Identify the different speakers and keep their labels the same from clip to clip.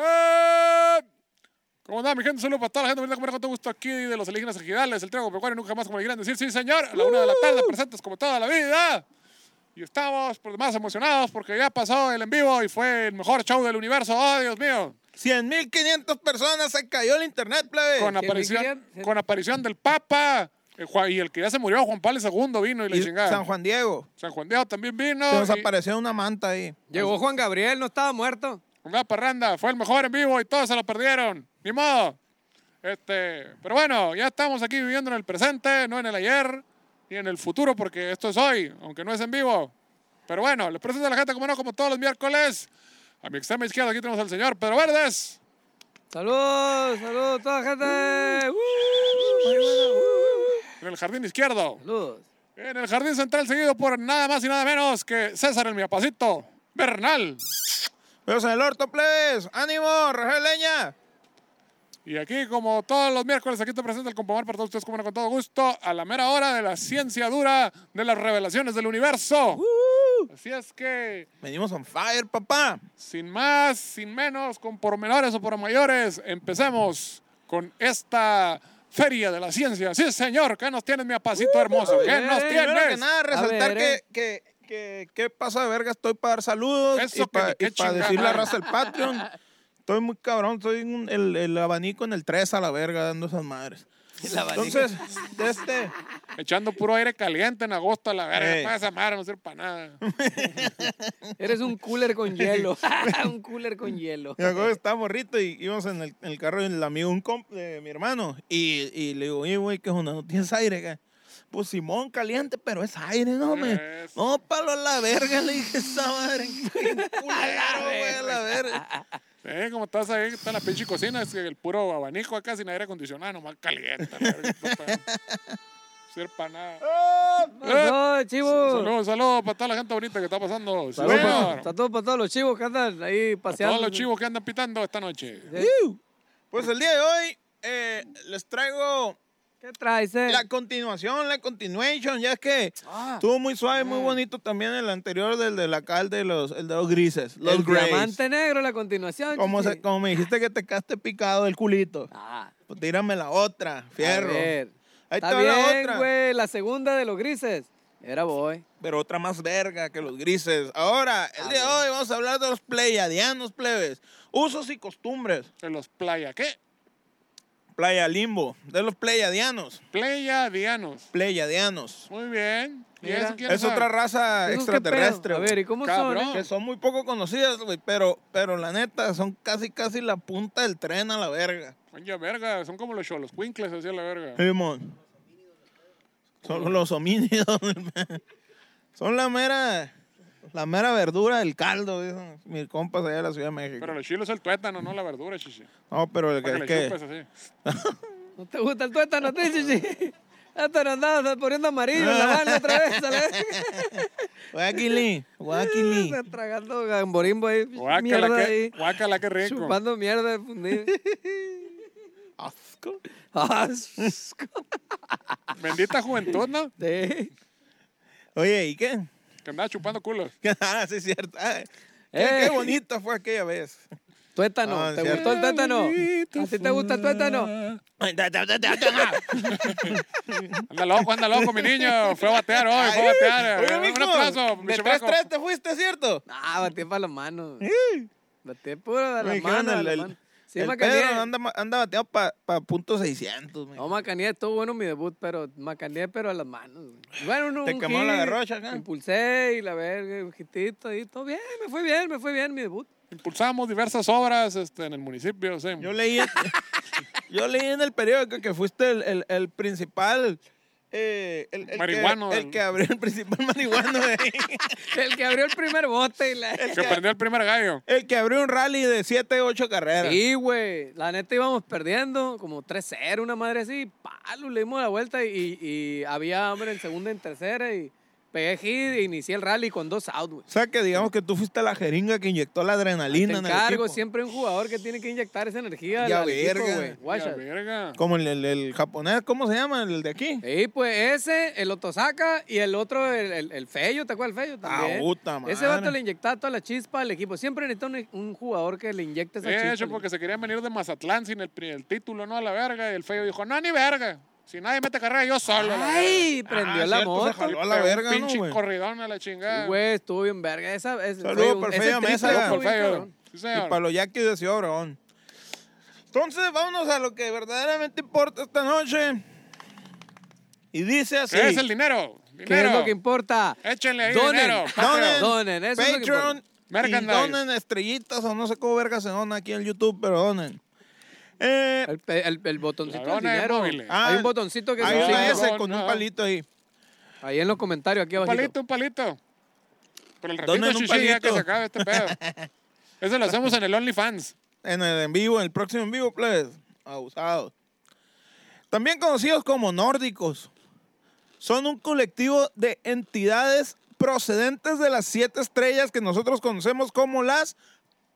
Speaker 1: ¡Eh! ¿Cómo andaba mi gente? Un saludo para toda la gente. Bonita, como era, con todo gusto aquí de los alienígenas ejidales, el trago pecuario, nunca más como le quieran decir. Sí, señor, a la una de la
Speaker 2: Uh.
Speaker 1: tarde, presentes como toda la vida. Y estamos por demás emocionados porque ya pasó el en vivo y fue el mejor show del universo. ¡Oh, Dios mío!
Speaker 2: 100.500 personas se cayó el internet, plebe.
Speaker 1: Con
Speaker 3: Que
Speaker 1: aparición,
Speaker 3: Miguel-
Speaker 1: con aparición del Papa. el Juan- y el que ya se murió, Juan Pablo II, vino y la
Speaker 2: Y
Speaker 1: chingada. Ah,
Speaker 2: San Juan Diego.
Speaker 1: San Juan Diego también vino.
Speaker 2: Se nos
Speaker 1: y-
Speaker 2: apareció una manta ahí.
Speaker 3: Llegó Juan Gabriel, no estaba muerto.
Speaker 1: Una parranda, fue el mejor en vivo y todos se lo perdieron. Ni modo. Este, pero bueno, ya estamos aquí viviendo en el presente, no en el ayer, ni en el futuro, porque esto es hoy, aunque no es en vivo. Pero bueno, les presento a la gente como no, como todos los miércoles. A mi extrema izquierda aquí tenemos al señor Pedro Verdes.
Speaker 3: Saludos, saludos, toda gente. ¡Uh!
Speaker 1: En el jardín izquierdo.
Speaker 3: Saludos.
Speaker 1: En el jardín central, seguido por nada más y nada menos que César el Miapacito. Bernal.
Speaker 2: Pero en el orto, plebes. ¡Ánimo! ¡Rajé leña!
Speaker 1: Y aquí, como todos los miércoles, aquí te presenta el Compomar para todos ustedes, como no, con todo gusto, a la mera hora de la ciencia dura de las revelaciones del universo. Así es que,
Speaker 2: Venimos on fire, papá.
Speaker 1: sin más, sin menos, con por menores o por mayores, empecemos con esta feria de la ciencia. Sí, señor, ¿qué nos tienes, mi apacito hermoso?
Speaker 3: a
Speaker 1: ¿Qué
Speaker 3: ver,
Speaker 1: nos
Speaker 3: primero
Speaker 2: Primero que
Speaker 1: tienes?
Speaker 2: nada, resaltar
Speaker 3: A
Speaker 1: eh.
Speaker 3: ver,
Speaker 2: que, que, que, que pasa de verga, estoy para dar saludos
Speaker 1: Eso
Speaker 2: y
Speaker 1: que ni
Speaker 2: para
Speaker 1: qué chingada.
Speaker 2: decirle a raza el Patreon. Estoy muy cabrón, estoy en un- el, el abanico en el 3 a la verga dando esas madres. Entonces, de este,
Speaker 1: Echando puro aire caliente en agosto a la verga.
Speaker 2: Ey.
Speaker 1: Para esa madre no sirve para nada.
Speaker 3: Eres un cooler con hielo. un cooler con hielo.
Speaker 2: me acuerdo que estaba morrito y íbamos en el, en el carro del amigo, un comp de mi hermano, y, y le digo, oye, güey, ¿qué onda? ¿No tienes aire? acá?" Pues Simón, caliente, pero es aire, no, me.
Speaker 1: Eso.
Speaker 2: No, palo a la verga, le dije esa madre. Culero, güey, a la verga.
Speaker 1: Eh, como estás ahí, está en la pinche cocina, es que el puro abanico acá sin aire acondicionado, nomás calienta. la verga, puta. Ser para nada.
Speaker 2: Eh.
Speaker 3: Saludos, chivos.
Speaker 1: Saludos, saludos para toda la gente bonita que está pasando.
Speaker 2: Saludos,
Speaker 1: Señor,
Speaker 2: pa-
Speaker 1: para
Speaker 3: Saludos para todos los chivos que andan ahí paseando.
Speaker 1: todos los chivos que andan pitando esta noche.
Speaker 3: Sí.
Speaker 2: Pues el día de hoy eh, les traigo
Speaker 3: ¿Qué traes, eh?
Speaker 2: la continuación, la continuation, ya que
Speaker 3: Ah.
Speaker 2: estuvo muy suave, muy bonito también el anterior del de la cal de los, el de los grises, los
Speaker 3: el
Speaker 2: grays.
Speaker 3: diamante negro, la continuación.
Speaker 2: Como, se-
Speaker 3: chichi.
Speaker 2: como me dijiste que te quedaste picado el culito,
Speaker 3: Ah,
Speaker 2: pues tírame la otra, fierro.
Speaker 3: A ver.
Speaker 2: Ahí
Speaker 3: Está
Speaker 2: te va la
Speaker 3: bien,
Speaker 2: otra.
Speaker 3: güey. La segunda de los grises. Era voy.
Speaker 2: Pero otra más verga que los grises. Ahora, el día de hoy vamos a hablar de los pleyadianos, plebes. Usos y costumbres.
Speaker 1: En los playa, ¿qué?
Speaker 2: Playa Limbo. De los pleyadianos.
Speaker 1: Playadianos.
Speaker 2: Pleyadianos.
Speaker 1: Muy bien. ¿Y
Speaker 3: Mira.
Speaker 1: eso quién
Speaker 2: Es
Speaker 1: sabe?
Speaker 2: otra raza
Speaker 3: ¿Esos qué pedo?
Speaker 2: extraterrestre.
Speaker 3: A
Speaker 2: güey.
Speaker 3: ver, ¿y cómo
Speaker 1: Cabrón.
Speaker 3: son? eh?
Speaker 2: que son muy poco conocidas, güey, pero, pero la neta, son casi casi la punta del tren a la verga.
Speaker 1: Coño, verga, son como los cholos, cuincles, así a la
Speaker 2: Eh.
Speaker 1: verga.
Speaker 2: Simón. Son los homínidos. son la mera, la mera verdura del caldo, dicen mis compas allá de la Ciudad de México.
Speaker 1: Pero los chilos es el tuétano, no la verdura, chichi.
Speaker 2: no, pero el que,
Speaker 1: Para que
Speaker 2: el
Speaker 1: le
Speaker 2: que-
Speaker 1: chupes así.
Speaker 3: ¿No te gusta el tuétano, te chichi? Hasta nos andabas poniendo amarillo la mano otra vez, ¿sabes?
Speaker 2: Guáquili, guáquili.
Speaker 3: Tragando gamborimbo ahí,
Speaker 1: Guácala,
Speaker 3: mierda
Speaker 1: qué,
Speaker 3: ahí.
Speaker 1: guácala, qué rico.
Speaker 3: Chupando mierda de fundido. Ah,
Speaker 2: Asco.
Speaker 3: Asco.
Speaker 1: Bendita juventud, ¿no?
Speaker 3: Sí.
Speaker 2: Oye, ¿y qué?
Speaker 1: Que andaba chupando culos.
Speaker 2: ah, sí, es cierto. Ay, qué,
Speaker 3: Eh.
Speaker 2: qué bonita fue aquella vez.
Speaker 3: Tuétano,
Speaker 2: Ah,
Speaker 3: ¿te
Speaker 2: cierto.
Speaker 3: gustó el tuétano? ¿A ti te gusta el tuétano?
Speaker 1: Anda loco, anda loco, mi niño. Fue a batear hoy, fue a batear.
Speaker 2: Oye, mijo,
Speaker 1: Un aplauso, mi
Speaker 2: de
Speaker 1: chamaco.
Speaker 2: 3-3 te fuiste, ¿cierto?
Speaker 3: Ah, batí para las manos. Batí puro de
Speaker 2: Me
Speaker 3: las
Speaker 2: dijeron
Speaker 3: manos. de
Speaker 2: el,
Speaker 3: las
Speaker 2: el,
Speaker 3: manos. Sí,
Speaker 2: el
Speaker 3: Macanía.
Speaker 2: Pedro anda, ma- anda bateado para punto 600. me
Speaker 3: No, Macanía estuvo bueno mi debut, pero Macanía, pero a las manos. güey. Bueno, un,
Speaker 2: Te
Speaker 3: un
Speaker 2: quemó la
Speaker 3: hit,
Speaker 2: garrocha acá.
Speaker 3: Impulsé y la verga, un hitito y todo bien, me fue bien, me fue bien mi debut.
Speaker 1: Impulsamos diversas obras este, en el municipio. sí.
Speaker 2: Yo leí, yo leí en el periódico que fuiste el, el, el principal. eh, el, el que-
Speaker 1: Marihuano.
Speaker 2: el que abrió el principal marihuano de ahí.
Speaker 3: El que abrió el primer bote y la...
Speaker 1: Se prendió el primer gallo.
Speaker 2: El que abrió un rally de 7, 8 carreras.
Speaker 3: Sí, güey, la neta íbamos perdiendo como 3-0, una madre así, palo, le dimos la vuelta y, y había hambre en segunda y en tercera y Pegué hit e inicié el rally con dos outs, güey.
Speaker 2: O sea, que digamos que tú fuiste la jeringa que inyectó la
Speaker 3: Te
Speaker 2: adrenalina en el
Speaker 3: encargo,
Speaker 2: equipo.
Speaker 3: siempre hay un jugador que tiene que inyectar esa energía
Speaker 2: Ya
Speaker 3: al equipo,
Speaker 2: verga.
Speaker 3: güey.
Speaker 2: Ya
Speaker 1: Ya,
Speaker 3: Guacha.
Speaker 1: verga.
Speaker 2: Como el, el- el japonés, ¿cómo se llama? El de aquí.
Speaker 3: Sí, pues ese, el Otosaka y el otro, el, el, el Feyo, ¿te acuerdas el Feyo también?
Speaker 2: Ah, puta madre.
Speaker 3: Ese vato le inyectaba toda la chispa al equipo. Siempre necesita un, un jugador que le inyecte esa chispa.
Speaker 1: De hecho,
Speaker 3: al
Speaker 1: porque se querían venir de Mazatlán sin el, pri- el título, ¿no? A la verga. Y el feo dijo, no, ni verga. Si nadie mete carrera, yo solo. a la verga".
Speaker 3: Ay, prendió
Speaker 2: Ah,
Speaker 3: la
Speaker 2: cierto, se
Speaker 3: moto.
Speaker 2: jaló a la
Speaker 1: Pegó un
Speaker 2: verga, ¿no,
Speaker 1: pinche
Speaker 2: güey?
Speaker 1: corridón a la chingada.
Speaker 3: Sí, Güey, estuvo bien verga. Esa, es,
Speaker 2: Saludo
Speaker 3: fue un-
Speaker 2: para el
Speaker 3: ese
Speaker 2: Feyo
Speaker 3: triple
Speaker 2: Mesa.
Speaker 3: estuvo
Speaker 1: Saludos por
Speaker 3: bien
Speaker 1: feo.
Speaker 3: cabrón.
Speaker 1: Sí,
Speaker 2: Y
Speaker 1: señor.
Speaker 2: para los yaquis de Ciudad Obregón. Entonces, vámonos a lo que verdaderamente importa esta noche. Y dice así.
Speaker 1: ¿Qué es el dinero?
Speaker 3: ¿Qué es
Speaker 1: Dinero.
Speaker 3: lo que importa?
Speaker 1: Échenle ahí
Speaker 3: Donen.
Speaker 1: dinero.
Speaker 2: Donen,
Speaker 3: Ah, Donen, eso es lo que
Speaker 2: Patreon,
Speaker 3: importa.
Speaker 2: y
Speaker 1: Merchandise.
Speaker 2: donen estrellitas o no sé cómo verga se dona aquí en YouTube, pero donen. Eh,
Speaker 3: El, pe- el- el botoncito
Speaker 1: La
Speaker 3: del
Speaker 1: dona de
Speaker 3: dinero.
Speaker 1: móviles.
Speaker 3: Hay un botoncito que
Speaker 2: hay
Speaker 1: se
Speaker 2: una
Speaker 1: llama-
Speaker 2: S con
Speaker 1: No.
Speaker 2: un palito ahí.
Speaker 3: Ahí en los comentarios, aquí
Speaker 1: Un
Speaker 3: abajo.
Speaker 1: palito, un palito. Pero el
Speaker 2: Donen
Speaker 1: ratito
Speaker 2: un
Speaker 1: chichi ya que
Speaker 2: palito.
Speaker 1: se acabe este pedo. Eso lo hacemos en el OnlyFans.
Speaker 2: En el en vivo, en el próximo en vivo, please. Abusados. También conocidos como nórdicos. Son un colectivo de entidades procedentes de las siete estrellas que nosotros conocemos como las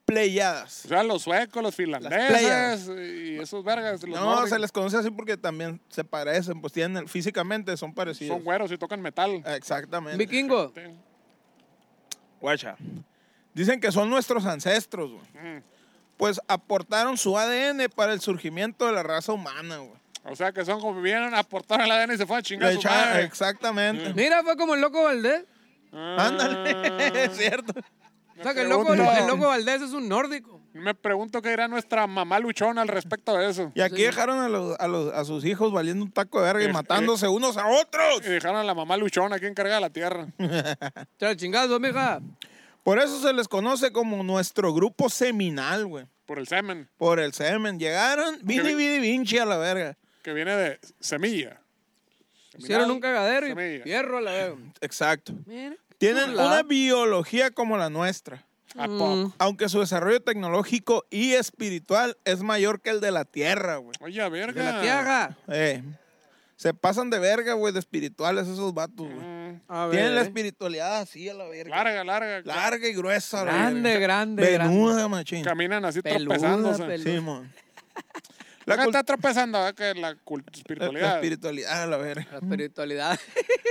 Speaker 2: Pleiadas.
Speaker 1: O sea, los suecos, los finlandeses
Speaker 2: playas.
Speaker 1: y esos vergas. Los
Speaker 2: no,
Speaker 1: nórdicos,
Speaker 2: se les conoce así porque también se parecen, pues tienen, físicamente son parecidos.
Speaker 1: Son güeros y tocan metal.
Speaker 2: Exactamente.
Speaker 3: Vikingo.
Speaker 2: Guacha. Dicen que son nuestros ancestros, güey.
Speaker 1: Mm.
Speaker 2: Pues aportaron su ADN para el surgimiento de la raza humana, güey.
Speaker 1: O sea, que son como vinieron a aportar a la ADN y se fue a chingar
Speaker 2: Le
Speaker 1: su
Speaker 2: echaron-
Speaker 1: madre.
Speaker 2: Exactamente.
Speaker 3: Mira, fue como el loco Valdés.
Speaker 1: Ah,
Speaker 2: Ándale, es cierto.
Speaker 3: O sea, que el loco,
Speaker 1: pregunto.
Speaker 3: el loco Valdés es un nórdico.
Speaker 1: Me pregunto qué dirá nuestra mamá luchona al respecto de eso.
Speaker 2: Y aquí dejaron a, los, a, los, a sus hijos valiendo un taco de verga y
Speaker 1: Es-
Speaker 2: matándose unos a otros.
Speaker 1: Y dejaron a la mamá luchona aquí encargada de la tierra.
Speaker 3: Chao, chingazo, mija.
Speaker 2: Por eso se les conoce como nuestro grupo seminal, güey.
Speaker 1: Por el semen,
Speaker 2: Por el semen. Llegaron, vini,
Speaker 1: vi-
Speaker 2: vidi, vinci a la verga.
Speaker 1: que viene de semilla.
Speaker 3: Hicieron un cagadero y
Speaker 1: Semilla.
Speaker 3: fierro a la verga.
Speaker 2: Exacto.
Speaker 3: Mira.
Speaker 2: Tienen
Speaker 3: Hola.
Speaker 2: una biología como la nuestra.
Speaker 1: ¿A
Speaker 3: Mm,
Speaker 1: poco?
Speaker 2: Aunque su desarrollo tecnológico y espiritual es mayor que el de la Tierra, güey.
Speaker 1: Oye, verga.
Speaker 3: De la tierra.
Speaker 2: Eh, se pasan de verga, güey, de espirituales esos vatos, güey.
Speaker 1: Mm,
Speaker 3: A ver. eh.
Speaker 2: Tienen la espiritualidad así a la verga.
Speaker 1: Larga, larga.
Speaker 2: Larga y gruesa, la
Speaker 3: Grande,
Speaker 2: verga.
Speaker 3: grande,
Speaker 2: Venuda, machín.
Speaker 1: Caminan así
Speaker 3: Peluda,
Speaker 1: tropezándose.
Speaker 3: peluda.
Speaker 2: Sí, mon.
Speaker 1: La
Speaker 2: La,
Speaker 1: que
Speaker 2: cul-
Speaker 1: está tropezando, ¿verdad? que la cult-
Speaker 2: la-
Speaker 1: espiritualidad.
Speaker 2: la espiritualidad a la verga.
Speaker 3: La espiritualidad.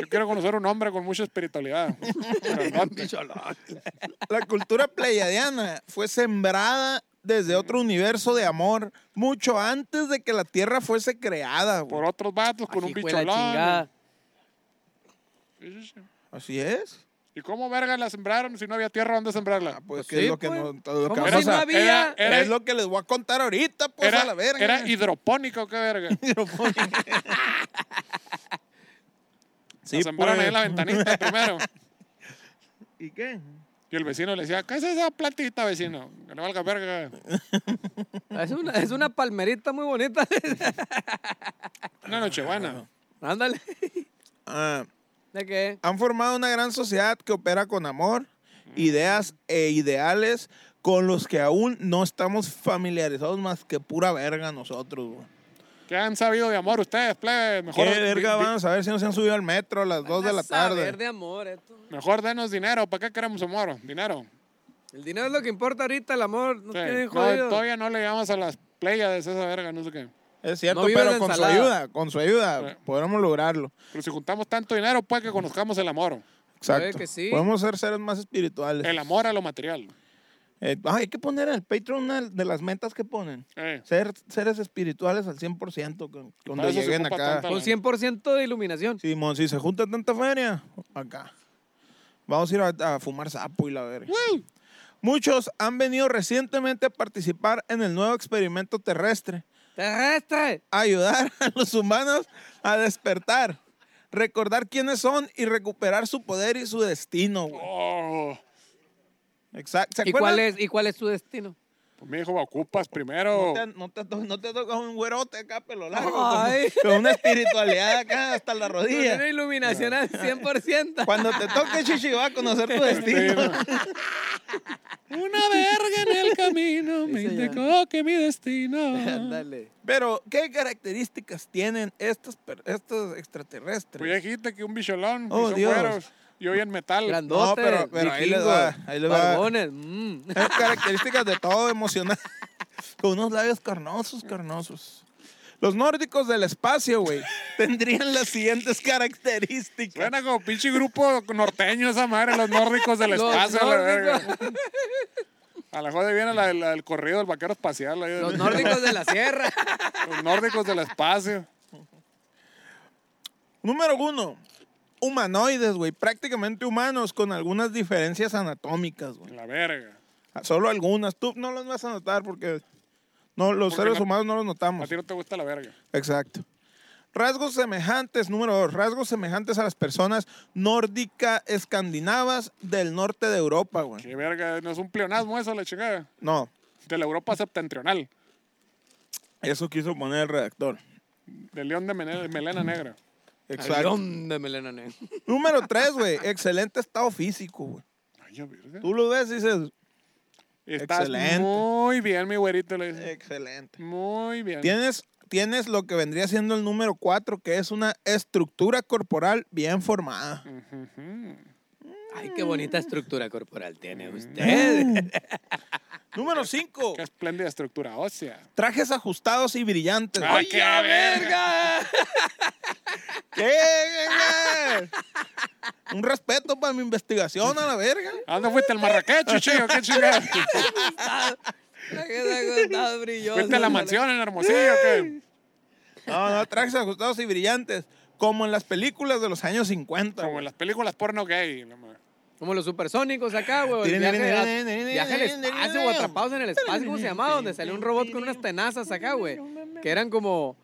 Speaker 1: Yo quiero conocer un hombre con mucha espiritualidad. Pero no,
Speaker 2: La cultura pleiadiana fue sembrada
Speaker 3: Mm.
Speaker 2: desde otro universo de amor mucho antes de que la Tierra fuese creada, güey.
Speaker 1: por otros vatos, con un
Speaker 3: Hijo de la
Speaker 1: bicholón.
Speaker 3: chingada.
Speaker 1: Sí, sí, sí.
Speaker 2: Así es.
Speaker 1: ¿Y cómo verga la sembraron si no había tierra donde sembrarla?
Speaker 2: Ah, pues,
Speaker 3: Pues
Speaker 2: que
Speaker 3: sí,
Speaker 2: es lo que,
Speaker 3: pues.
Speaker 2: no, lo que
Speaker 3: ¿Cómo
Speaker 2: vamos
Speaker 3: si no
Speaker 2: a-
Speaker 3: había?
Speaker 1: era, era-
Speaker 2: es lo que les voy a contar ahorita, pues
Speaker 1: era-
Speaker 2: a la verga.
Speaker 1: era hidropónico, qué verga.
Speaker 2: Sí,
Speaker 1: la sembraron
Speaker 2: pues.
Speaker 1: ahí en la ventanita primero.
Speaker 2: ¿Y qué?
Speaker 1: Y el vecino le decía, ¿qué es esa plantita, vecino? Que le valga verga.
Speaker 3: Es una, es una palmerita muy bonita.
Speaker 1: Una nochebuena.
Speaker 3: Ándale.
Speaker 2: Ah,
Speaker 3: ¿De qué?
Speaker 2: han formado una gran sociedad que opera con amor,
Speaker 1: Mm.
Speaker 2: ideas e ideales con los que aún no estamos familiarizados más que pura verga nosotros, güey.
Speaker 1: ¿Qué han sabido de amor ustedes, plebes?
Speaker 2: ¿Qué
Speaker 1: Mejor,
Speaker 2: verga
Speaker 1: di- di-
Speaker 2: van a saber si no se han subido al metro a las 2 de
Speaker 3: Van a
Speaker 2: la
Speaker 3: saber
Speaker 2: tarde?
Speaker 3: de amor esto.
Speaker 1: mejor denos dinero. ¿Para qué queremos amor? Dinero.
Speaker 3: El dinero es lo que importa ahorita, el amor. No
Speaker 1: Sí,
Speaker 3: tienen
Speaker 1: no,
Speaker 3: jodido.
Speaker 1: todavía no le llegamos a las playas de esa verga, no sé qué.
Speaker 2: Es cierto,
Speaker 3: No vives
Speaker 2: pero
Speaker 3: de
Speaker 2: con su
Speaker 3: ensalada.
Speaker 2: ayuda, con su ayuda,
Speaker 1: Sí.
Speaker 2: podremos lograrlo.
Speaker 1: Pero si juntamos tanto dinero, pues que conozcamos el amor.
Speaker 2: Exacto.
Speaker 3: que sí.
Speaker 2: Podemos ser seres más espirituales.
Speaker 1: El amor a lo material.
Speaker 2: Eh, ay, hay que poner en el Patreon una de las metas que ponen.
Speaker 1: Eh,
Speaker 2: Ser seres espirituales al 100% con- cuando
Speaker 1: para Ah, eso se
Speaker 2: lleguen
Speaker 1: ocupa
Speaker 2: acá.
Speaker 1: tanta
Speaker 3: Con 100% de iluminación.
Speaker 2: Simón, si se junta tanta feria, acá. Vamos a ir a, a fumar sapo y la verga. Muchos han venido recientemente a participar en el nuevo experimento terrestre,
Speaker 3: ¡Terrestre!
Speaker 2: a ayudar a los humanos a despertar, recordar quiénes son y recuperar su poder y su destino. güey.
Speaker 1: Oh,
Speaker 2: Exacto. ¿Se
Speaker 3: ¿Y cuál,
Speaker 2: acuerdan?
Speaker 3: es, ¿Y cuál es su destino?
Speaker 1: pues me dijo, ocupas
Speaker 2: No
Speaker 1: primero.
Speaker 2: te, no, te to- no te toca un güerote acá, pelo largo,
Speaker 3: Ay.
Speaker 2: con, con una espiritualidad acá hasta la rodilla.
Speaker 3: Tiene iluminación al 100%.
Speaker 2: Cuando te toque, Chichi, va a conocer tu destino.
Speaker 1: Una verga en el camino me
Speaker 3: Sí, señor.
Speaker 1: indicó que mi destino.
Speaker 3: Ándale.
Speaker 2: Pero, ¿qué características tienen estos, per- estos extraterrestres?
Speaker 1: Pues ya dijiste que un bicholón.
Speaker 2: oh,
Speaker 1: y son
Speaker 2: Dios.
Speaker 1: güeros. Yo bien metal.
Speaker 3: Grandotes,
Speaker 2: No, pero- pero ahí les va,
Speaker 3: vikingos,
Speaker 2: ahí les va.
Speaker 3: barbones, mm.
Speaker 2: Es características de todo emocional. Con unos labios carnosos, carnosos. Los nórdicos del espacio, güey, tendrían las siguientes características.
Speaker 1: Suena como pinche grupo norteño esa madre, los nórdicos del
Speaker 3: Los
Speaker 1: espacio. a la verga.
Speaker 3: nórdicos-
Speaker 1: A la joder viene la, la- el corrido del vaquero espacial. ahí.
Speaker 3: los nórdicos de la sierra.
Speaker 1: Los nórdicos del espacio.
Speaker 2: Número uno, humanoides, güey, prácticamente humanos con algunas diferencias anatómicas, güey.
Speaker 1: La verga.
Speaker 2: Solo algunas. Tú no las vas a notar porque no, los
Speaker 1: Porque
Speaker 2: seres
Speaker 1: no-
Speaker 2: humanos no los notamos.
Speaker 1: A ti no te gusta la verga.
Speaker 2: Exacto. Rasgos semejantes, número dos, rasgos semejantes a las personas nórdica escandinavas del norte de Europa, güey.
Speaker 1: Qué verga, no es un pleonasmo eso, la chingada.
Speaker 2: No,
Speaker 1: De la Europa septentrional.
Speaker 2: eso quiso poner el redactor.
Speaker 1: Del león de mene- melena negra.
Speaker 2: Exacto.
Speaker 3: Avión de melena negra.
Speaker 2: Número tres, güey, excelente estado físico, güey.
Speaker 1: Ay, ya, verga.
Speaker 2: Tú lo ves y dices,
Speaker 1: Estás
Speaker 2: excelente.
Speaker 1: muy bien, mi güerito, le dice.
Speaker 2: excelente.
Speaker 1: Muy bien.
Speaker 2: Tienes, tienes lo que vendría siendo el número cuatro, que es una estructura corporal bien formada.
Speaker 1: Mm.
Speaker 3: Ay, qué bonita estructura corporal tiene
Speaker 2: Mm.
Speaker 3: usted.
Speaker 2: Número cinco,
Speaker 1: Qué espléndida estructura ósea.
Speaker 2: trajes ajustados y brillantes.
Speaker 1: Ah,
Speaker 2: güey.
Speaker 1: qué verga.
Speaker 2: ¿Qué, verga? Un respeto para mi investigación a la verga.
Speaker 1: ¿A dónde fuiste? ¿El Marrakech, chichillo? ¿Qué chingada?
Speaker 3: La que está- está brillosa.
Speaker 1: ¿Fuiste a la mansión en Hermosillo? o ¿Qué?
Speaker 2: No, no, trajes ajustados y brillantes. Como en las películas de los años 50.
Speaker 1: Como en las películas porno gay. la madre.
Speaker 3: Como los supersónicos acá, güey. el Viaje, a- viaje al espacio o atrapados en el espacio, ¿cómo se llamaba? Donde salió un robot con unas tenazas acá, güey. Que eran como.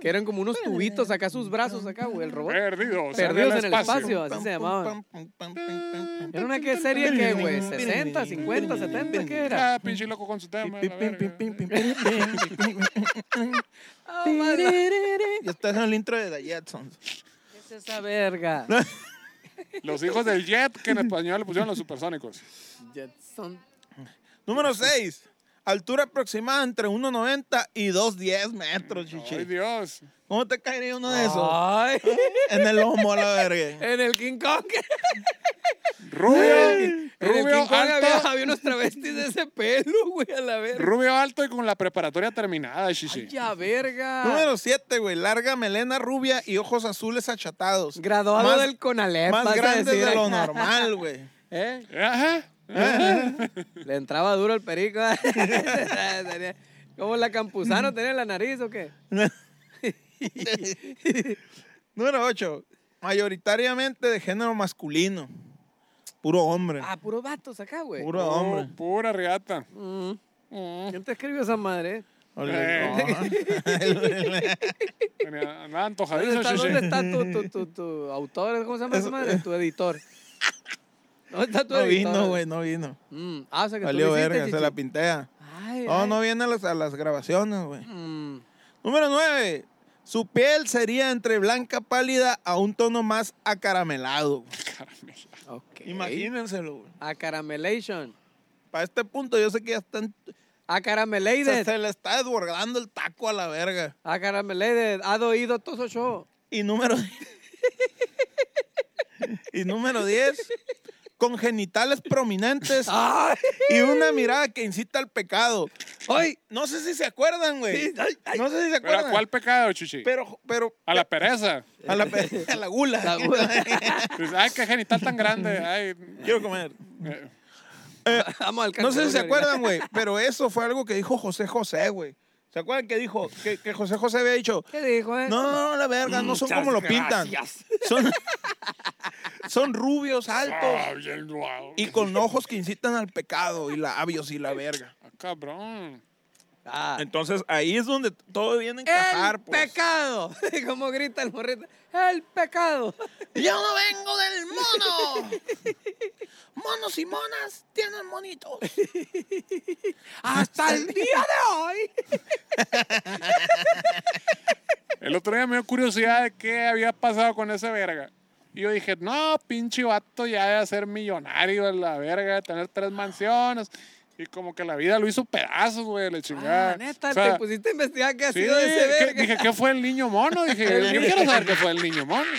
Speaker 3: Que eran como unos tubitos acá, sus brazos acá, güey, el robot.
Speaker 1: Perdidos.
Speaker 3: Perdidos en el espacio, así se llamaban. Era una que serie que, güey, 60, 50, 70, ¿qué era?
Speaker 1: Ah, pinche loco con su tema. la verga.
Speaker 3: Ah, madre,
Speaker 2: Y está en el intro de The Jetsons.
Speaker 3: ¿qué es esa verga?
Speaker 1: Los hijos del Jet, que en español le pusieron los supersónicos.
Speaker 3: Jetson.
Speaker 2: Número 6. Altura aproximada entre 1,90 y 2,10 metros,
Speaker 1: Ay,
Speaker 2: chichi.
Speaker 1: Dios.
Speaker 2: ¿Cómo te caería uno de esos?
Speaker 3: Ay,
Speaker 2: En el lomo, a la verga.
Speaker 3: en el King Kong.
Speaker 1: Rubio,
Speaker 3: En el King
Speaker 1: rubio
Speaker 3: Kong había,
Speaker 1: alto.
Speaker 3: había unos travestis de ese pelo, güey, a la verga.
Speaker 1: Rubio alto y con la preparatoria terminada, chichi.
Speaker 3: Ya verga.
Speaker 2: Número 7, güey. Larga melena rubia y ojos azules achatados.
Speaker 3: Graduado
Speaker 2: Más-
Speaker 3: del Conalep.
Speaker 2: Más
Speaker 3: vas a
Speaker 2: grandes
Speaker 3: decir,
Speaker 2: de lo
Speaker 3: ¿eh?
Speaker 2: normal, güey.
Speaker 3: ¿Eh?
Speaker 1: Ajá.
Speaker 3: Le entraba duro el perico. ¿eh? Tenía- ¿Cómo la campuzano tenía en la nariz o qué?
Speaker 2: Número 8. Mayoritariamente de género masculino. Puro hombre.
Speaker 3: Ah, puro vatos acá, güey.
Speaker 2: Puro
Speaker 1: Oh,
Speaker 2: hombre.
Speaker 1: pura riata.
Speaker 3: Mm. ¿Quién te escribió esa madre? eh?
Speaker 1: Tenía- Andaba
Speaker 3: ¿Dónde
Speaker 1: antojadizo,
Speaker 3: está,
Speaker 1: chichi.
Speaker 3: dónde está tu, tu, tu, tu autor? ¿Cómo se llama esa madre? Tu editor. ¿Dónde está tu
Speaker 2: eh. No
Speaker 3: editor?
Speaker 2: vino, güey, no vino.
Speaker 3: Mm. Ah, o sea que tú
Speaker 2: Valió
Speaker 3: lo hiciste,
Speaker 2: verga, se
Speaker 3: chichi.
Speaker 2: la pintea.
Speaker 3: Ay,
Speaker 2: No,
Speaker 3: ay.
Speaker 2: no viene a las, a las grabaciones, güey.
Speaker 3: Mm.
Speaker 2: Número 9. Su piel sería entre blanca pálida a un tono más acaramelado. güey.
Speaker 3: Ok.
Speaker 2: Imagínenselo, güey.
Speaker 3: Acaramelation.
Speaker 2: Para este punto yo sé que ya están... Se,
Speaker 3: Acarameleides.
Speaker 2: se le está desbordando el taco a la verga.
Speaker 3: Acarameleides. Ha doído todo eso.
Speaker 2: Y número... y número 10. Con genitales prominentes
Speaker 3: ¡Ay!
Speaker 2: y una mirada que incita al pecado.
Speaker 3: ¡Ay!
Speaker 2: No sé si se acuerdan, güey.
Speaker 3: Sí, ay, ay.
Speaker 2: No sé si se
Speaker 1: ¿Pero a
Speaker 2: acuerdan.
Speaker 1: cuál pecado, chichi?
Speaker 2: Pero, pero...
Speaker 1: A la pereza.
Speaker 2: A la, pe- a la gula.
Speaker 3: La gula.
Speaker 1: Pues, ay, qué genital tan grande. Ay,
Speaker 2: Quiero comer.
Speaker 1: eh,
Speaker 3: Vamos al
Speaker 2: No sé si se
Speaker 3: cancerbero.
Speaker 2: acuerdan, güey, pero eso fue algo que dijo José José, güey. ¿Se acuerdan que dijo? Que, que José José había dicho,
Speaker 3: ¿Qué dijo, eh?
Speaker 2: no, la verga, no son
Speaker 3: Muchas
Speaker 2: como lo pintan.
Speaker 3: gracias.
Speaker 2: Son, son rubios,
Speaker 1: ah,
Speaker 2: altos
Speaker 1: bien guau.
Speaker 2: y con ojos que incitan al pecado y labios y la verga.
Speaker 1: Ah, cabrón.
Speaker 3: Ah.
Speaker 2: Entonces ahí es donde todo viene a encajar,
Speaker 3: ¡El
Speaker 2: pues.
Speaker 3: pecado! Como grita el morrito. ¡El pecado!
Speaker 2: ¡Yo no vengo del mono! Monos y monas tienen monitos.
Speaker 3: ¡Hasta el día de hoy!
Speaker 1: El otro día me dio curiosidad de qué había pasado con ese verga. Y yo dije, no, pinche vato ya debe ser millonario a la verga, de tener tres mansiones. Y como que la vida lo hizo pedazos, güey, le chingada.
Speaker 3: Ah, neta,
Speaker 1: O sea,
Speaker 3: te pusiste a investigar qué ha
Speaker 1: sí,
Speaker 3: sido de ese
Speaker 1: ¿qué-
Speaker 3: verga.
Speaker 1: dije, ¿qué fue el niño mono? Dije, yo quiero saber qué fue el niño mono.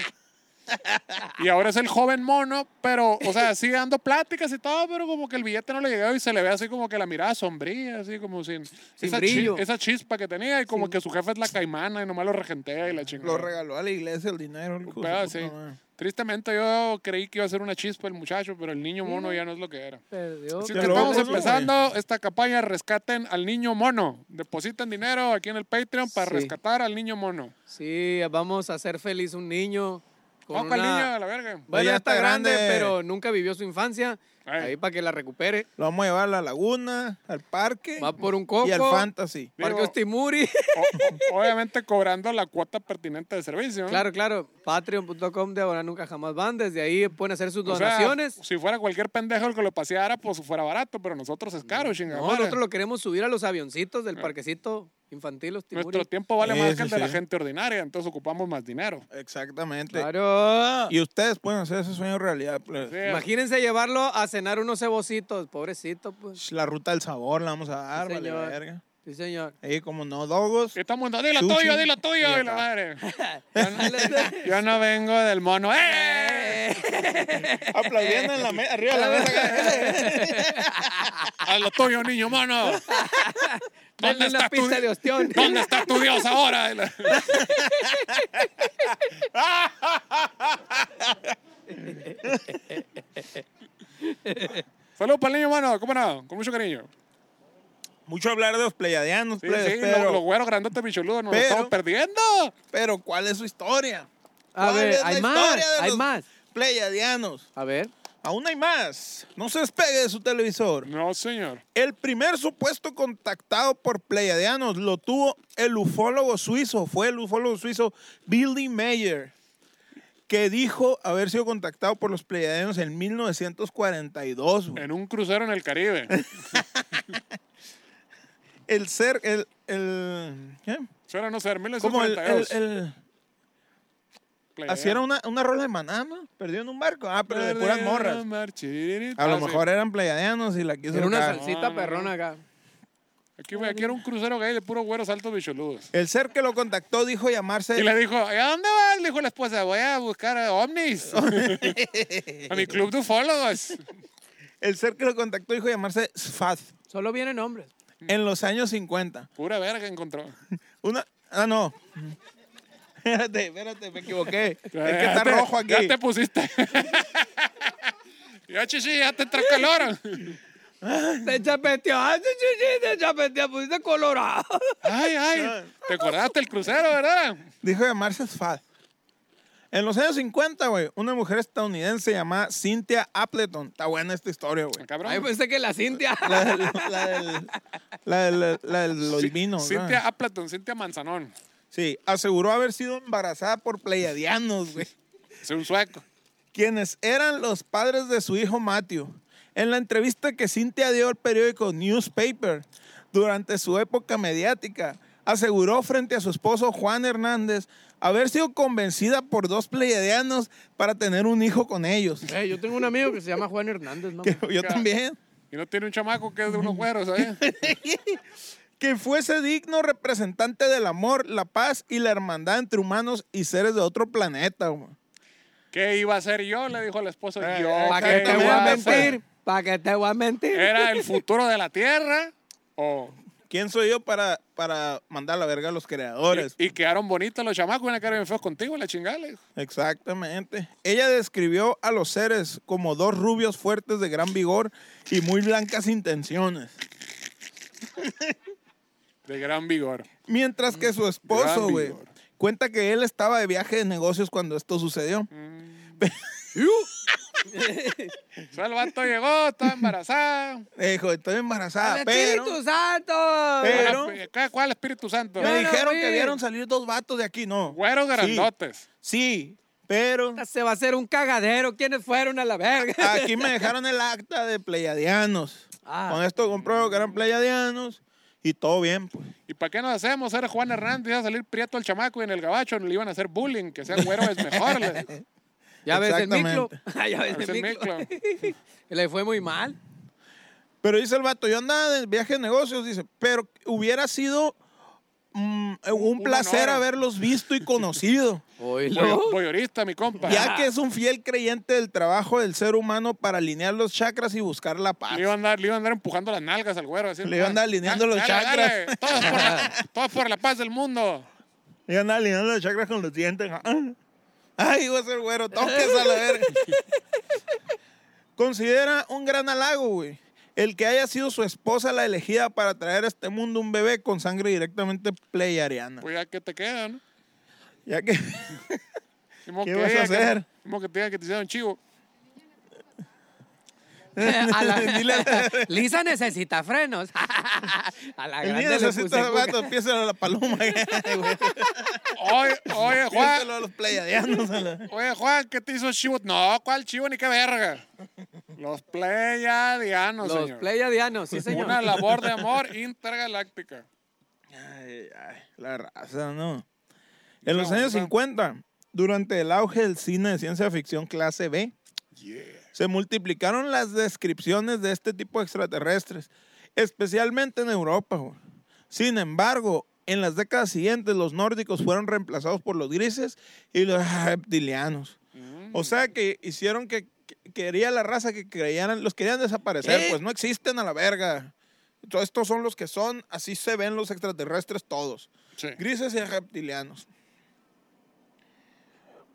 Speaker 1: Y ahora es el joven mono, pero, o sea, sigue dando pláticas y todo, pero como que el billete no le llegaba y se le ve así como que la mirada sombría, así como sin, esa, chi-
Speaker 3: brillo.
Speaker 1: esa chispa que tenía y como que su jefe es la caimana y nomás lo regentea y la chingada.
Speaker 2: Lo regaló a la iglesia el dinero. El hijo de
Speaker 1: Ah,
Speaker 2: su
Speaker 1: sí.
Speaker 2: puta madre.
Speaker 1: Tristemente yo creí que iba a ser una chispa el muchacho, pero el niño mono ya no es lo que era.
Speaker 3: Perdió.
Speaker 1: Así
Speaker 2: Ya
Speaker 1: que
Speaker 2: lo
Speaker 1: estamos
Speaker 2: vamos, ¿no?
Speaker 1: empezando esta campaña, rescaten al niño mono. Depositen dinero aquí en el Patreon para
Speaker 3: Sí.
Speaker 1: rescatar al niño mono.
Speaker 3: Sí, vamos a hacer feliz un niño. Con
Speaker 1: Vamos con el
Speaker 3: una-
Speaker 1: niño a la verga.
Speaker 3: Bueno,
Speaker 2: Ya
Speaker 3: ya
Speaker 2: está
Speaker 3: está grande,
Speaker 2: grande.
Speaker 3: pero nunca vivió su infancia.
Speaker 1: Ay.
Speaker 3: Ahí para que la recupere.
Speaker 2: Lo vamos a llevar a la laguna, al parque
Speaker 3: Va por un coco.
Speaker 2: y al fantasy.
Speaker 3: Parque
Speaker 1: Digo-
Speaker 3: Ostimuri.
Speaker 1: O- o- obviamente cobrando la cuota pertinente de servicio. ¿no?
Speaker 3: claro, claro. Patreon.com de ahora nunca jamás van. Desde ahí pueden hacer sus
Speaker 1: O sea, pues,
Speaker 3: donaciones.
Speaker 1: si fuera cualquier pendejo el que lo paseara, pues fuera barato, pero nosotros es caro, chingada
Speaker 3: no,
Speaker 1: madre.
Speaker 3: nosotros lo queremos subir a los avioncitos del parquecito infantil
Speaker 1: Ah.
Speaker 3: Ostimuri.
Speaker 1: Nuestro tiempo vale más
Speaker 2: Eso
Speaker 1: que el de la
Speaker 2: sí.
Speaker 1: gente ordinaria, entonces ocupamos más dinero.
Speaker 2: Exactamente.
Speaker 3: Claro.
Speaker 2: Y ustedes pueden hacer ese sueño realidad. pues. plebes.
Speaker 1: Sí,
Speaker 3: Imagínense llevarlo a cenar unos cebocitos. Pobrecito, pues.
Speaker 2: Sh, La ruta del sabor la vamos a dar,
Speaker 3: Sí,
Speaker 2: vale
Speaker 3: señor.
Speaker 2: verga.
Speaker 3: Sí, señor.
Speaker 2: Ahí como no dogos.
Speaker 1: Estamos en dilo
Speaker 2: Sushi.
Speaker 1: tuyo, dilo
Speaker 2: Y
Speaker 1: tuyo, y
Speaker 2: acá.
Speaker 1: la madre. Yo no vengo del mono. ¡Eh!
Speaker 2: Aplaudiendo en la me- arriba de la mesa.
Speaker 1: A lo tuyo, niño mono.
Speaker 3: Dale una
Speaker 1: tu
Speaker 3: pizza
Speaker 1: di-
Speaker 3: de ostión.
Speaker 1: ¿Dónde está tu Dios ahora? Saludos para el niño mono, ¿cómo no? Con mucho cariño.
Speaker 2: Mucho hablar de los pleiadianos,
Speaker 1: Sí,
Speaker 2: plebes,
Speaker 1: sí,
Speaker 2: Pues, pero,
Speaker 1: los, los güeros grandotes bicholudos nos
Speaker 2: pero-
Speaker 1: estamos perdiendo.
Speaker 2: pero ¿cuál es su historia?
Speaker 3: A
Speaker 2: ¿Cuál
Speaker 3: ver,
Speaker 2: es la
Speaker 3: hay
Speaker 2: historia
Speaker 3: más.
Speaker 2: de
Speaker 3: Hay
Speaker 2: los
Speaker 3: más.
Speaker 2: Pleiadianos.
Speaker 3: A ver.
Speaker 2: Aún hay más. No se despegue de su televisor.
Speaker 1: No, señor.
Speaker 2: El primer supuesto contactado por Pleiadianos lo tuvo el ufólogo suizo, fue el ufólogo suizo Billy Mayer, que dijo haber sido contactado por los Pleiadianos en 1942. güey.
Speaker 1: En un crucero en el Caribe.
Speaker 2: El ser, el, el, ¿qué?
Speaker 1: Suena no ser,
Speaker 2: Como el, el,
Speaker 1: 1942.
Speaker 2: el-
Speaker 1: Playadiano.
Speaker 2: hacían una, una rola de maná, ¿no? Perdido en un barco, ah, pero de puras morras. A
Speaker 1: Ah,
Speaker 2: lo
Speaker 1: sí.
Speaker 2: mejor eran Pleiadianos y la quiso
Speaker 3: Era una
Speaker 2: acá.
Speaker 1: No, no,
Speaker 3: salsita
Speaker 1: no.
Speaker 3: perrona acá.
Speaker 1: Aquí, güey, aquí era un crucero gay de puros güeros altos bicholudos.
Speaker 2: El ser que lo contactó dijo llamarse...
Speaker 1: Y le dijo, ¿a dónde vas? Le dijo la esposa, voy a buscar a ovnis. a mi club de ufólogos.
Speaker 2: El ser que lo contactó dijo llamarse Sfaz
Speaker 3: Solo vienen hombres.
Speaker 1: Mm.
Speaker 2: en los años 50.
Speaker 1: Pura verga encontró.
Speaker 2: Una. Ah, no. espérate, espérate, me equivoqué. es que
Speaker 1: Ya
Speaker 2: está
Speaker 1: te-
Speaker 2: rojo aquí.
Speaker 1: Ya te pusiste. ya, chichi, ya te entró calor.
Speaker 3: Te chapeteó. Ay, sí, sí, sí, Te chapeteó. Pusiste colorado.
Speaker 1: Ay, ay. ¿Te acordaste el crucero, verdad?
Speaker 2: Dijo llamarse Sfad. En los años 50, güey, una mujer estadounidense llamada Cynthia Appleton. Está buena esta historia, güey.
Speaker 1: Ah, Cabrón.
Speaker 3: Ahí pensé que la Cintia.
Speaker 2: La del. La del. La del. La del los vinos, ¿no?
Speaker 1: Cintia Aplatón, Cintia Manzanón.
Speaker 2: Sí, aseguró haber sido embarazada por pleiadianos, güey.
Speaker 1: Es un sueco.
Speaker 2: quienes eran los padres de su hijo Matthew. En la entrevista que Cynthia dio al periódico Newspaper durante su época mediática, aseguró frente a su esposo Juan Hernández haber sido convencida por dos pleiadianos para tener un hijo con ellos.
Speaker 3: Eh, yo tengo un amigo que se llama Juan Hernández, ¿no?
Speaker 2: Que yo también.
Speaker 1: Y no tiene un chamaco que es de unos güeros, ¿eh? ¿sabes?
Speaker 2: Que fuese digno representante del amor, la paz y la hermandad entre humanos y seres de otro planeta. güey.
Speaker 1: ¿Qué iba a hacer yo? Le dijo el esposo.
Speaker 2: Eh,
Speaker 1: Yo.
Speaker 2: eh,
Speaker 3: ¿Para
Speaker 1: ¿qué
Speaker 3: que te voy a
Speaker 1: iba hacer?
Speaker 3: mentir? ¿Para que te voy a mentir?
Speaker 1: ¿Era el futuro de la Tierra? ¿O
Speaker 2: ¿Quién soy yo para, para mandar a la verga a los creadores?
Speaker 1: Y, y quedaron bonitos los chamacos, van a quedar bien feos contigo, la chingada.
Speaker 2: Exactamente. Ella describió a los seres como dos rubios fuertes de gran vigor y muy blancas intenciones.
Speaker 1: De gran vigor.
Speaker 2: Mientras que su esposo,
Speaker 1: Mm, Gran
Speaker 2: güey,
Speaker 1: vigor.
Speaker 2: cuenta que él estaba de viaje de negocios cuando esto sucedió.
Speaker 1: Mm. O sea, el vato llegó, estaba embarazada.
Speaker 2: Le Dijo, estoy embarazada,
Speaker 3: ¡El
Speaker 2: pero
Speaker 3: Espíritu Santo!
Speaker 2: Pero-
Speaker 1: Ahora, ¿cuál- pues, ¿Cuál Espíritu Santo?
Speaker 2: me
Speaker 3: Bueno,
Speaker 2: dijeron que
Speaker 3: güey.
Speaker 2: vieron salir dos vatos de aquí, no.
Speaker 1: Güeros grandotes.
Speaker 2: Sí, sí, pero
Speaker 3: Se va a hacer un cagadero. ¿Quiénes fueron a la verga?
Speaker 2: aquí me dejaron el acta de pleiadianos.
Speaker 3: Ah.
Speaker 2: Con esto compruebo que eran pleiadianos y todo bien, pues.
Speaker 1: ¿Y para qué nos hacemos? Era Juan Hernández, iba a salir prieto el chamaco y en el gabacho le iban a hacer bullying, que sea güero es mejor. le dijo.
Speaker 3: Ya ves el miclo.
Speaker 2: Exactamente.
Speaker 3: ya ves
Speaker 1: Es
Speaker 3: el
Speaker 1: el
Speaker 3: miclo. Le fue muy mal.
Speaker 2: Pero dice el vato, yo andaba de viaje de negocios, dice, pero hubiera sido mm, un placer
Speaker 1: honor.
Speaker 2: haberlos visto y conocido.
Speaker 1: Voy-
Speaker 3: Oílo.
Speaker 1: voyeurista, mi compa.
Speaker 2: Ya que es un fiel creyente del trabajo del ser humano para alinear los chakras y buscar la paz.
Speaker 1: Le iba, a andar, le iba a andar empujando las nalgas al güero. así,
Speaker 2: Le iba a andar alineando
Speaker 1: dale,
Speaker 2: los
Speaker 1: dale,
Speaker 2: chakras.
Speaker 1: dale. Todos, por la, todos por la paz del mundo.
Speaker 2: Y anda alineando los chakras con los dientes. ¿ah? Ay, iba a ser güero, toques a la verga. Considera un gran halago, güey. El que haya sido su esposa la elegida para traer a este mundo un bebé con sangre directamente pleiariana.
Speaker 1: Pues ya que te quedan.
Speaker 2: Ya que.
Speaker 1: que
Speaker 2: ¿Qué vas a
Speaker 1: diga que-
Speaker 2: hacer?
Speaker 1: ni modo que te diga que te hicieron chivo.
Speaker 3: A la- Lisa necesita frenos. a la
Speaker 2: El
Speaker 3: grande
Speaker 2: niño
Speaker 3: le
Speaker 2: necesita
Speaker 3: puse
Speaker 2: vato,
Speaker 3: coca.
Speaker 2: empieza a la paloma. pues, güey.
Speaker 1: Oye, oye, Juan.
Speaker 2: Piénsalo a los pleiadianos. a la-
Speaker 1: Oye, Juan, ¿qué te hizo chivo? No, ¿cuál chivo? Ni qué verga. Los pleiadianos,
Speaker 3: Los
Speaker 1: señor.
Speaker 3: pleiadianos, sí, señor.
Speaker 1: Una labor de amor intergaláctica.
Speaker 2: Ay, ay, la raza, ¿no? En los
Speaker 1: Esa
Speaker 2: años
Speaker 1: onda.
Speaker 2: 50, durante el auge del cine de ciencia ficción clase B, se multiplicaron las descripciones de este tipo de extraterrestres, especialmente en Europa. güey. Sin embargo, en las décadas siguientes los nórdicos fueron reemplazados por los grises y los reptilianos. O sea que hicieron que que- quería la raza que creían, los querían desaparecer,
Speaker 3: ¿Eh?
Speaker 2: pues no existen a la verga. Entonces, Estos son los que son, así se ven los extraterrestres todos
Speaker 1: Sí.
Speaker 2: grises y reptilianos.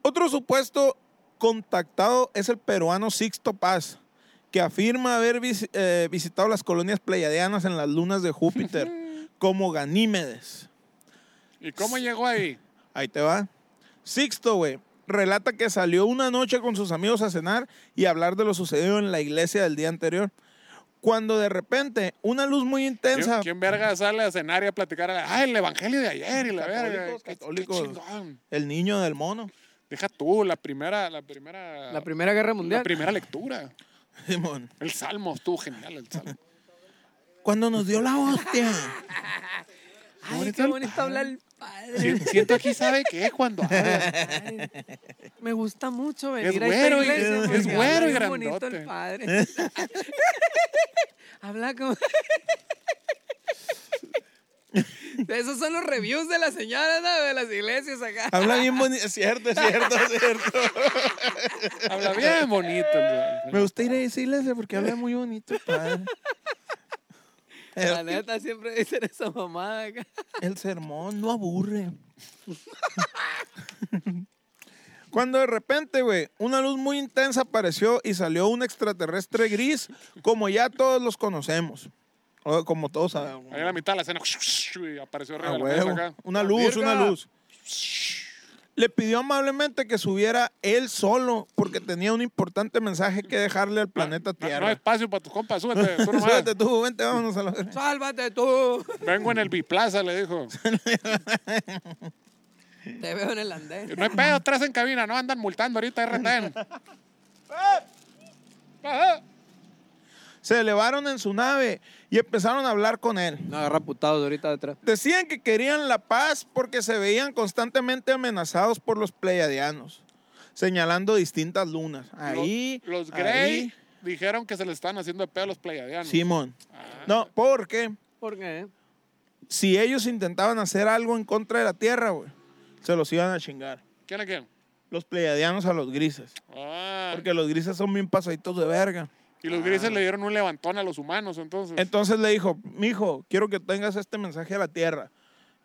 Speaker 2: Otro supuesto contactado es el peruano Sixto Paz, que afirma haber vis- eh, visitado las colonias pleiadianas en las lunas de Júpiter, como Ganímedes.
Speaker 1: ¿Y cómo llegó ahí?
Speaker 2: Ahí te va. Sixto, güey, relata que salió una noche con sus amigos a cenar y a hablar de lo sucedido en la iglesia del día anterior. Cuando de repente una luz muy
Speaker 1: ¿Quién,
Speaker 2: intensa.
Speaker 1: quién verga sale a cenar y a platicar? Ah, el evangelio de ayer y la verga.
Speaker 2: Católicos,
Speaker 1: Qué- qué
Speaker 2: católicos.
Speaker 1: chingón.
Speaker 2: El niño del mono.
Speaker 1: Deja tú, la primera, la primera,
Speaker 3: La Primera Guerra Mundial.
Speaker 1: la primera lectura.
Speaker 2: Simón.
Speaker 1: El salmo estuvo genial, el salmo.
Speaker 2: Cuando nos dio la hostia.
Speaker 3: Ay, qué bonito habla el padre.
Speaker 1: Si- Siento aquí, ¿sabe qué? Cuando habla.
Speaker 3: Me gusta mucho venir a
Speaker 1: güero
Speaker 3: esta
Speaker 1: y-
Speaker 3: iglesia.
Speaker 1: es
Speaker 3: porque
Speaker 1: güero
Speaker 3: habla
Speaker 1: y
Speaker 3: bien bonito el
Speaker 1: grandote.
Speaker 3: padre. habla como... Esos son los reviews de las señoras ¿no? de las iglesias acá.
Speaker 1: Ah,
Speaker 2: Habla bien bonito. Es cierto, es cierto, es cierto.
Speaker 1: Habla bien bonito. el-
Speaker 2: Me gusta ir a esa iglesia porque habla muy bonito, padre.
Speaker 1: eh.
Speaker 3: La
Speaker 2: El,
Speaker 3: neta siempre dicen esa mamada acá.
Speaker 2: el sermón no aburre. Cuando de repente, güey, una luz muy intensa apareció y salió un extraterrestre gris, como ya todos los conocemos. O como todos sabemos.
Speaker 1: Ahí en la mitad de la escena y apareció
Speaker 2: A
Speaker 1: arriba de la
Speaker 2: Ah, huevo.
Speaker 1: mesa acá.
Speaker 2: Una luz,
Speaker 3: Virga.
Speaker 2: una luz. Le pidió amablemente que subiera él solo porque tenía un importante mensaje que dejarle al planeta
Speaker 1: No, no
Speaker 2: Tierra.
Speaker 1: hay espacio para tus compas, súbete, tú nomás.
Speaker 2: Súbete tú, vente, vámonos a la verga.
Speaker 3: ¡Sálvate tú!
Speaker 1: Vengo en el biplaza, le dijo.
Speaker 3: Te veo en el andén.
Speaker 1: No hay pedo, atrás en cabina, no andan multando ahorita, RTN.
Speaker 2: Se elevaron en su nave y empezaron a hablar con él.
Speaker 3: No agarra putados ahorita detrás.
Speaker 2: Decían que querían la paz porque se veían constantemente amenazados por los pleiadianos, señalando distintas lunas. Ahí,
Speaker 1: Los, los
Speaker 2: ahí,
Speaker 1: Grey dijeron que se le están haciendo de pedo a los pleiadianos.
Speaker 2: Simón.
Speaker 1: Ah.
Speaker 2: No, porque
Speaker 3: ¿Por qué?
Speaker 2: si ellos intentaban hacer algo en contra de la Tierra, güey, se los iban a chingar.
Speaker 1: ¿Quién a quién?
Speaker 2: Los pleiadianos a los grises.
Speaker 1: Ah,
Speaker 2: Porque los grises son bien pasaditos de verga.
Speaker 1: y los grises le dieron un levantón a los humanos, entonces.
Speaker 2: Entonces le dijo, mijo, quiero que tengas este mensaje a la tierra.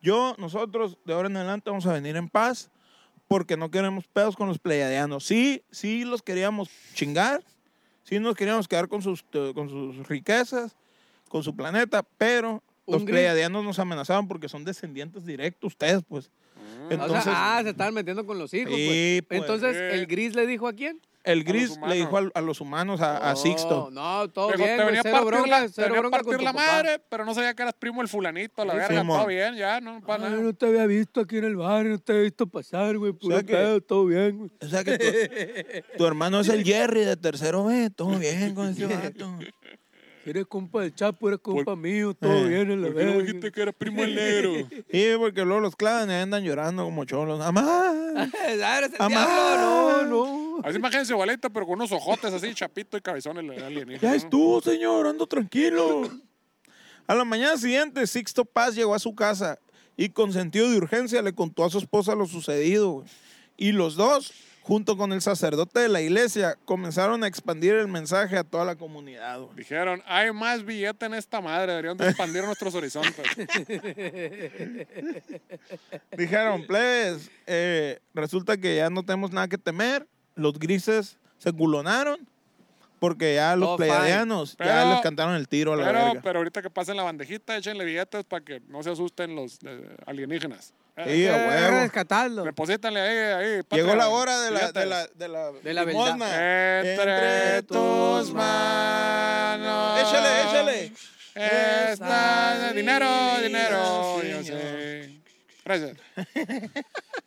Speaker 2: Yo, nosotros, de ahora en adelante vamos a venir en paz porque no queremos pedos con los pleiadianos. Sí, sí los queríamos chingar, sí nos queríamos quedar con sus, eh, con sus riquezas, con su planeta, pero
Speaker 3: Un
Speaker 2: los
Speaker 3: gris-
Speaker 2: pleiadianos nos amenazaban porque son descendientes directos ustedes, pues.
Speaker 3: O
Speaker 2: Entonces,
Speaker 3: sea, ah, se estaban metiendo con los hijos.
Speaker 2: Sí, pues.
Speaker 3: pues. Entonces,
Speaker 1: Eh.
Speaker 3: ¿el gris le dijo a quién?
Speaker 2: el
Speaker 1: los
Speaker 2: gris
Speaker 1: humanos.
Speaker 2: le dijo al- a, los humanos, a, a
Speaker 3: Oh,
Speaker 2: Sixto.
Speaker 3: No, todo
Speaker 1: Dijo, te
Speaker 3: bien, güey,
Speaker 1: venía a
Speaker 3: cero
Speaker 1: partir
Speaker 3: bronca,
Speaker 1: la, te
Speaker 3: cero
Speaker 1: venía a
Speaker 3: bronca con
Speaker 1: partir
Speaker 3: tu
Speaker 1: la
Speaker 3: papá.
Speaker 1: madre, pero no sabía que eras primo el fulanito, la
Speaker 2: Sí,
Speaker 1: verga,
Speaker 2: Simón.
Speaker 1: todo bien, ya, no,
Speaker 3: Ay,
Speaker 1: para nada.
Speaker 3: Ah, no te había visto aquí en el bar, no te había visto pasar, güey, puro
Speaker 2: sea que-
Speaker 3: pedo, todo bien, güey.
Speaker 2: O sea que tu, tu hermano es el Jerry de tercero B, todo bien con ese vato.
Speaker 3: Eres compa del Chapo, eres compa
Speaker 1: Por-
Speaker 3: mío, todo
Speaker 2: Eh.
Speaker 3: bien en la
Speaker 1: ¿Por qué no
Speaker 3: verga.
Speaker 1: dijiste que eras primo el negro?
Speaker 2: Sí, porque luego los clavan y andan llorando como cholos. ¡Amá!
Speaker 3: Ah, eres el
Speaker 2: Amá.
Speaker 3: diablo, no, no.
Speaker 1: Así imagínense boleta, pero con unos ojotes así, chapito y cabezones le alienígena.
Speaker 2: Ya
Speaker 1: ¿no?
Speaker 2: estuvo, señor, ando tranquilo. A la mañana siguiente, Sixto Paz llegó a su casa y con sentido de urgencia le contó a su esposa lo sucedido. güey. Y los dos, junto con el sacerdote de la iglesia, comenzaron a expandir el mensaje a toda la comunidad. güey.
Speaker 1: Dijeron, hay más billete en esta madre, deberían de expandir nuestros horizontes.
Speaker 2: Dijeron, plebes, eh, resulta que ya no tenemos nada que temer. Los grises se culonaron porque ya los
Speaker 3: Todo
Speaker 2: pleiadianos ya
Speaker 1: Pero-
Speaker 2: les cantaron el tiro a la
Speaker 1: Pero,
Speaker 2: verga.
Speaker 1: pero ahorita que pasen la bandejita, échenle billetes para que no se asusten los eh, alienígenas. Eh,
Speaker 2: Sí, a huevo.
Speaker 3: rescatarlo.
Speaker 1: Deposítanle ahí, ahí.
Speaker 2: Llegó
Speaker 1: Patreon,
Speaker 2: la hora de la, de
Speaker 1: billetes.
Speaker 2: la, de la,
Speaker 3: De la
Speaker 2: limosna.
Speaker 1: Entre tus manos.
Speaker 2: Échale, échale.
Speaker 1: Está dinero, dinero.
Speaker 2: Sí,
Speaker 1: yo
Speaker 2: señor.
Speaker 1: sé. Gracias.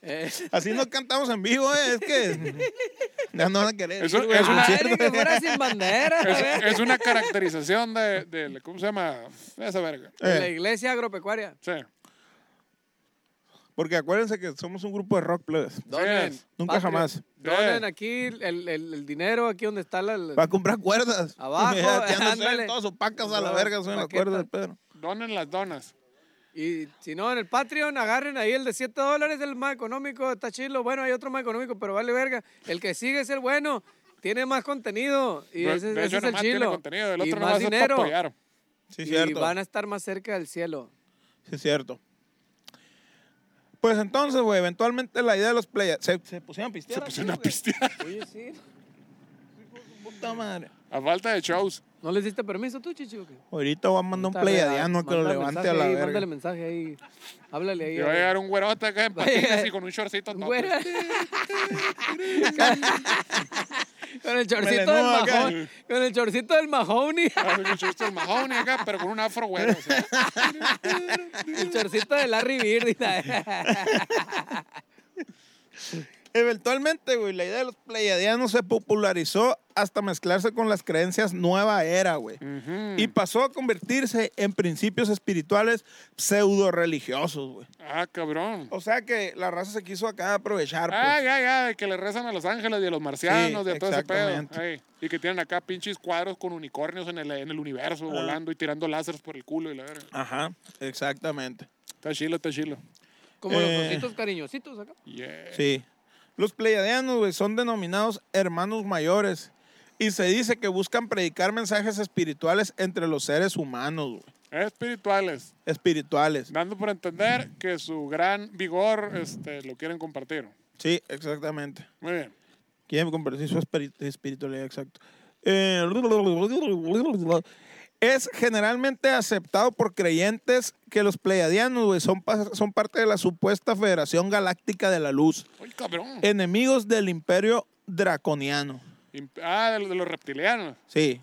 Speaker 3: Eh,
Speaker 2: Así no cantamos en vivo, eh, es que ya no van a querer.
Speaker 1: Es
Speaker 2: ir,
Speaker 1: un-
Speaker 2: güey,
Speaker 1: es
Speaker 2: al
Speaker 1: una-
Speaker 2: concierto.
Speaker 3: Madre, que Ah, fuera sin bandera. a ver.
Speaker 1: Es, es una caracterización de, del- ¿cómo se llama? Esa verga.
Speaker 3: De la
Speaker 2: Eh,
Speaker 3: iglesia agropecuaria.
Speaker 1: Sí.
Speaker 2: porque acuérdense que somos un grupo de rock plebes.
Speaker 3: Donen.
Speaker 1: es.
Speaker 2: Nunca
Speaker 3: Patreon.
Speaker 2: jamás.
Speaker 3: Donen
Speaker 1: Eh.
Speaker 3: aquí el, el, el dinero, aquí donde está la... la-
Speaker 2: Para comprar cuerdas.
Speaker 3: Abajo,
Speaker 2: Ya, ya no
Speaker 3: ándale.
Speaker 2: suelen todas opacas a la
Speaker 3: No,
Speaker 2: verga, suenan las
Speaker 3: paqueta.
Speaker 2: cuerdas del Pedro.
Speaker 1: Donen las donas.
Speaker 3: Y si no, en el Patreon agarren ahí el de 7 dólares, el más económico, está chilo. Bueno, hay otro más económico, pero vale verga. El que sigue es el bueno, tiene más contenido y
Speaker 1: De-
Speaker 3: ese,
Speaker 1: de hecho,
Speaker 3: ese es el
Speaker 1: nomás tiene
Speaker 3: chilo.
Speaker 1: contenido. El
Speaker 3: y
Speaker 1: otro
Speaker 3: más
Speaker 1: nomás es para
Speaker 3: dinero.
Speaker 1: apoyar.
Speaker 2: Sí,
Speaker 3: y
Speaker 2: cierto.
Speaker 3: van a estar más cerca del cielo.
Speaker 2: Sí, cierto. Pues entonces, güey, eventualmente la idea de los playas. Se, se pusieron a pistear.
Speaker 1: Se
Speaker 2: aquí,
Speaker 1: puso una
Speaker 2: güey.
Speaker 1: pisteada.
Speaker 3: Oye, sí.
Speaker 2: Puta madre.
Speaker 1: A falta de shows.
Speaker 3: ¿No les diste permiso tú, Chichi? o qué?
Speaker 2: Ahorita voy a mandar un pleiadiano que lo levante
Speaker 3: Mándale mensaje
Speaker 2: a la
Speaker 3: ahí,
Speaker 2: verga.
Speaker 3: Mándale mensaje ahí. Háblale ahí.
Speaker 1: Y va a llegar un güerote acá en
Speaker 3: Va a llegar-
Speaker 1: patines y con un shortcito top.
Speaker 3: Güera. con el chorcito del
Speaker 2: Melenudo acá.
Speaker 3: majón. Con el chorcito del mahoney.
Speaker 1: Ah, Con un shortcito Mahoney acá, pero con un afro güero. o sea.
Speaker 3: El chorcito de Larry Bird.
Speaker 2: Eventualmente, güey, la idea de los pleiadianos se popularizó hasta mezclarse con las creencias nueva era, güey.
Speaker 1: Ujú.
Speaker 2: Y pasó a convertirse en principios espirituales pseudo religiosos, güey.
Speaker 1: Ah, cabrón.
Speaker 2: O sea que la raza se quiso acá aprovechar. pues.
Speaker 1: Ah, ya, ya, de que le rezan a los ángeles y a los marcianos
Speaker 2: Sí,
Speaker 1: y a todo ese pedo.
Speaker 2: exactamente.
Speaker 1: Ey, y que tienen acá pinches cuadros con unicornios en el, en el
Speaker 3: Ah.
Speaker 1: universo volando y tirando láseres por el culo y la verga.
Speaker 2: Ajá, exactamente.
Speaker 1: Está chilo, está chilo.
Speaker 3: Como los
Speaker 2: Eh.
Speaker 3: ositos cariñositos acá.
Speaker 1: Yeah.
Speaker 2: Sí. Los pleiadianos, güey, son denominados hermanos mayores. Y se dice que buscan predicar mensajes espirituales entre los seres humanos, güey.
Speaker 1: Espirituales.
Speaker 2: Espirituales.
Speaker 1: Dando por entender que su gran vigor este, lo quieren compartir.
Speaker 2: Sí, exactamente.
Speaker 1: Muy bien.
Speaker 2: Quieren convertir su espiri- espiritualidad, exacto. Eh, es generalmente aceptado por creyentes que los pleiadianos, güey, son, pa- son parte de la supuesta Federación Galáctica de la Luz,
Speaker 1: Ay, cabrón.
Speaker 2: enemigos del Imperio Draconiano.
Speaker 1: Imp- Ah, de, de los reptilianos.
Speaker 2: Sí,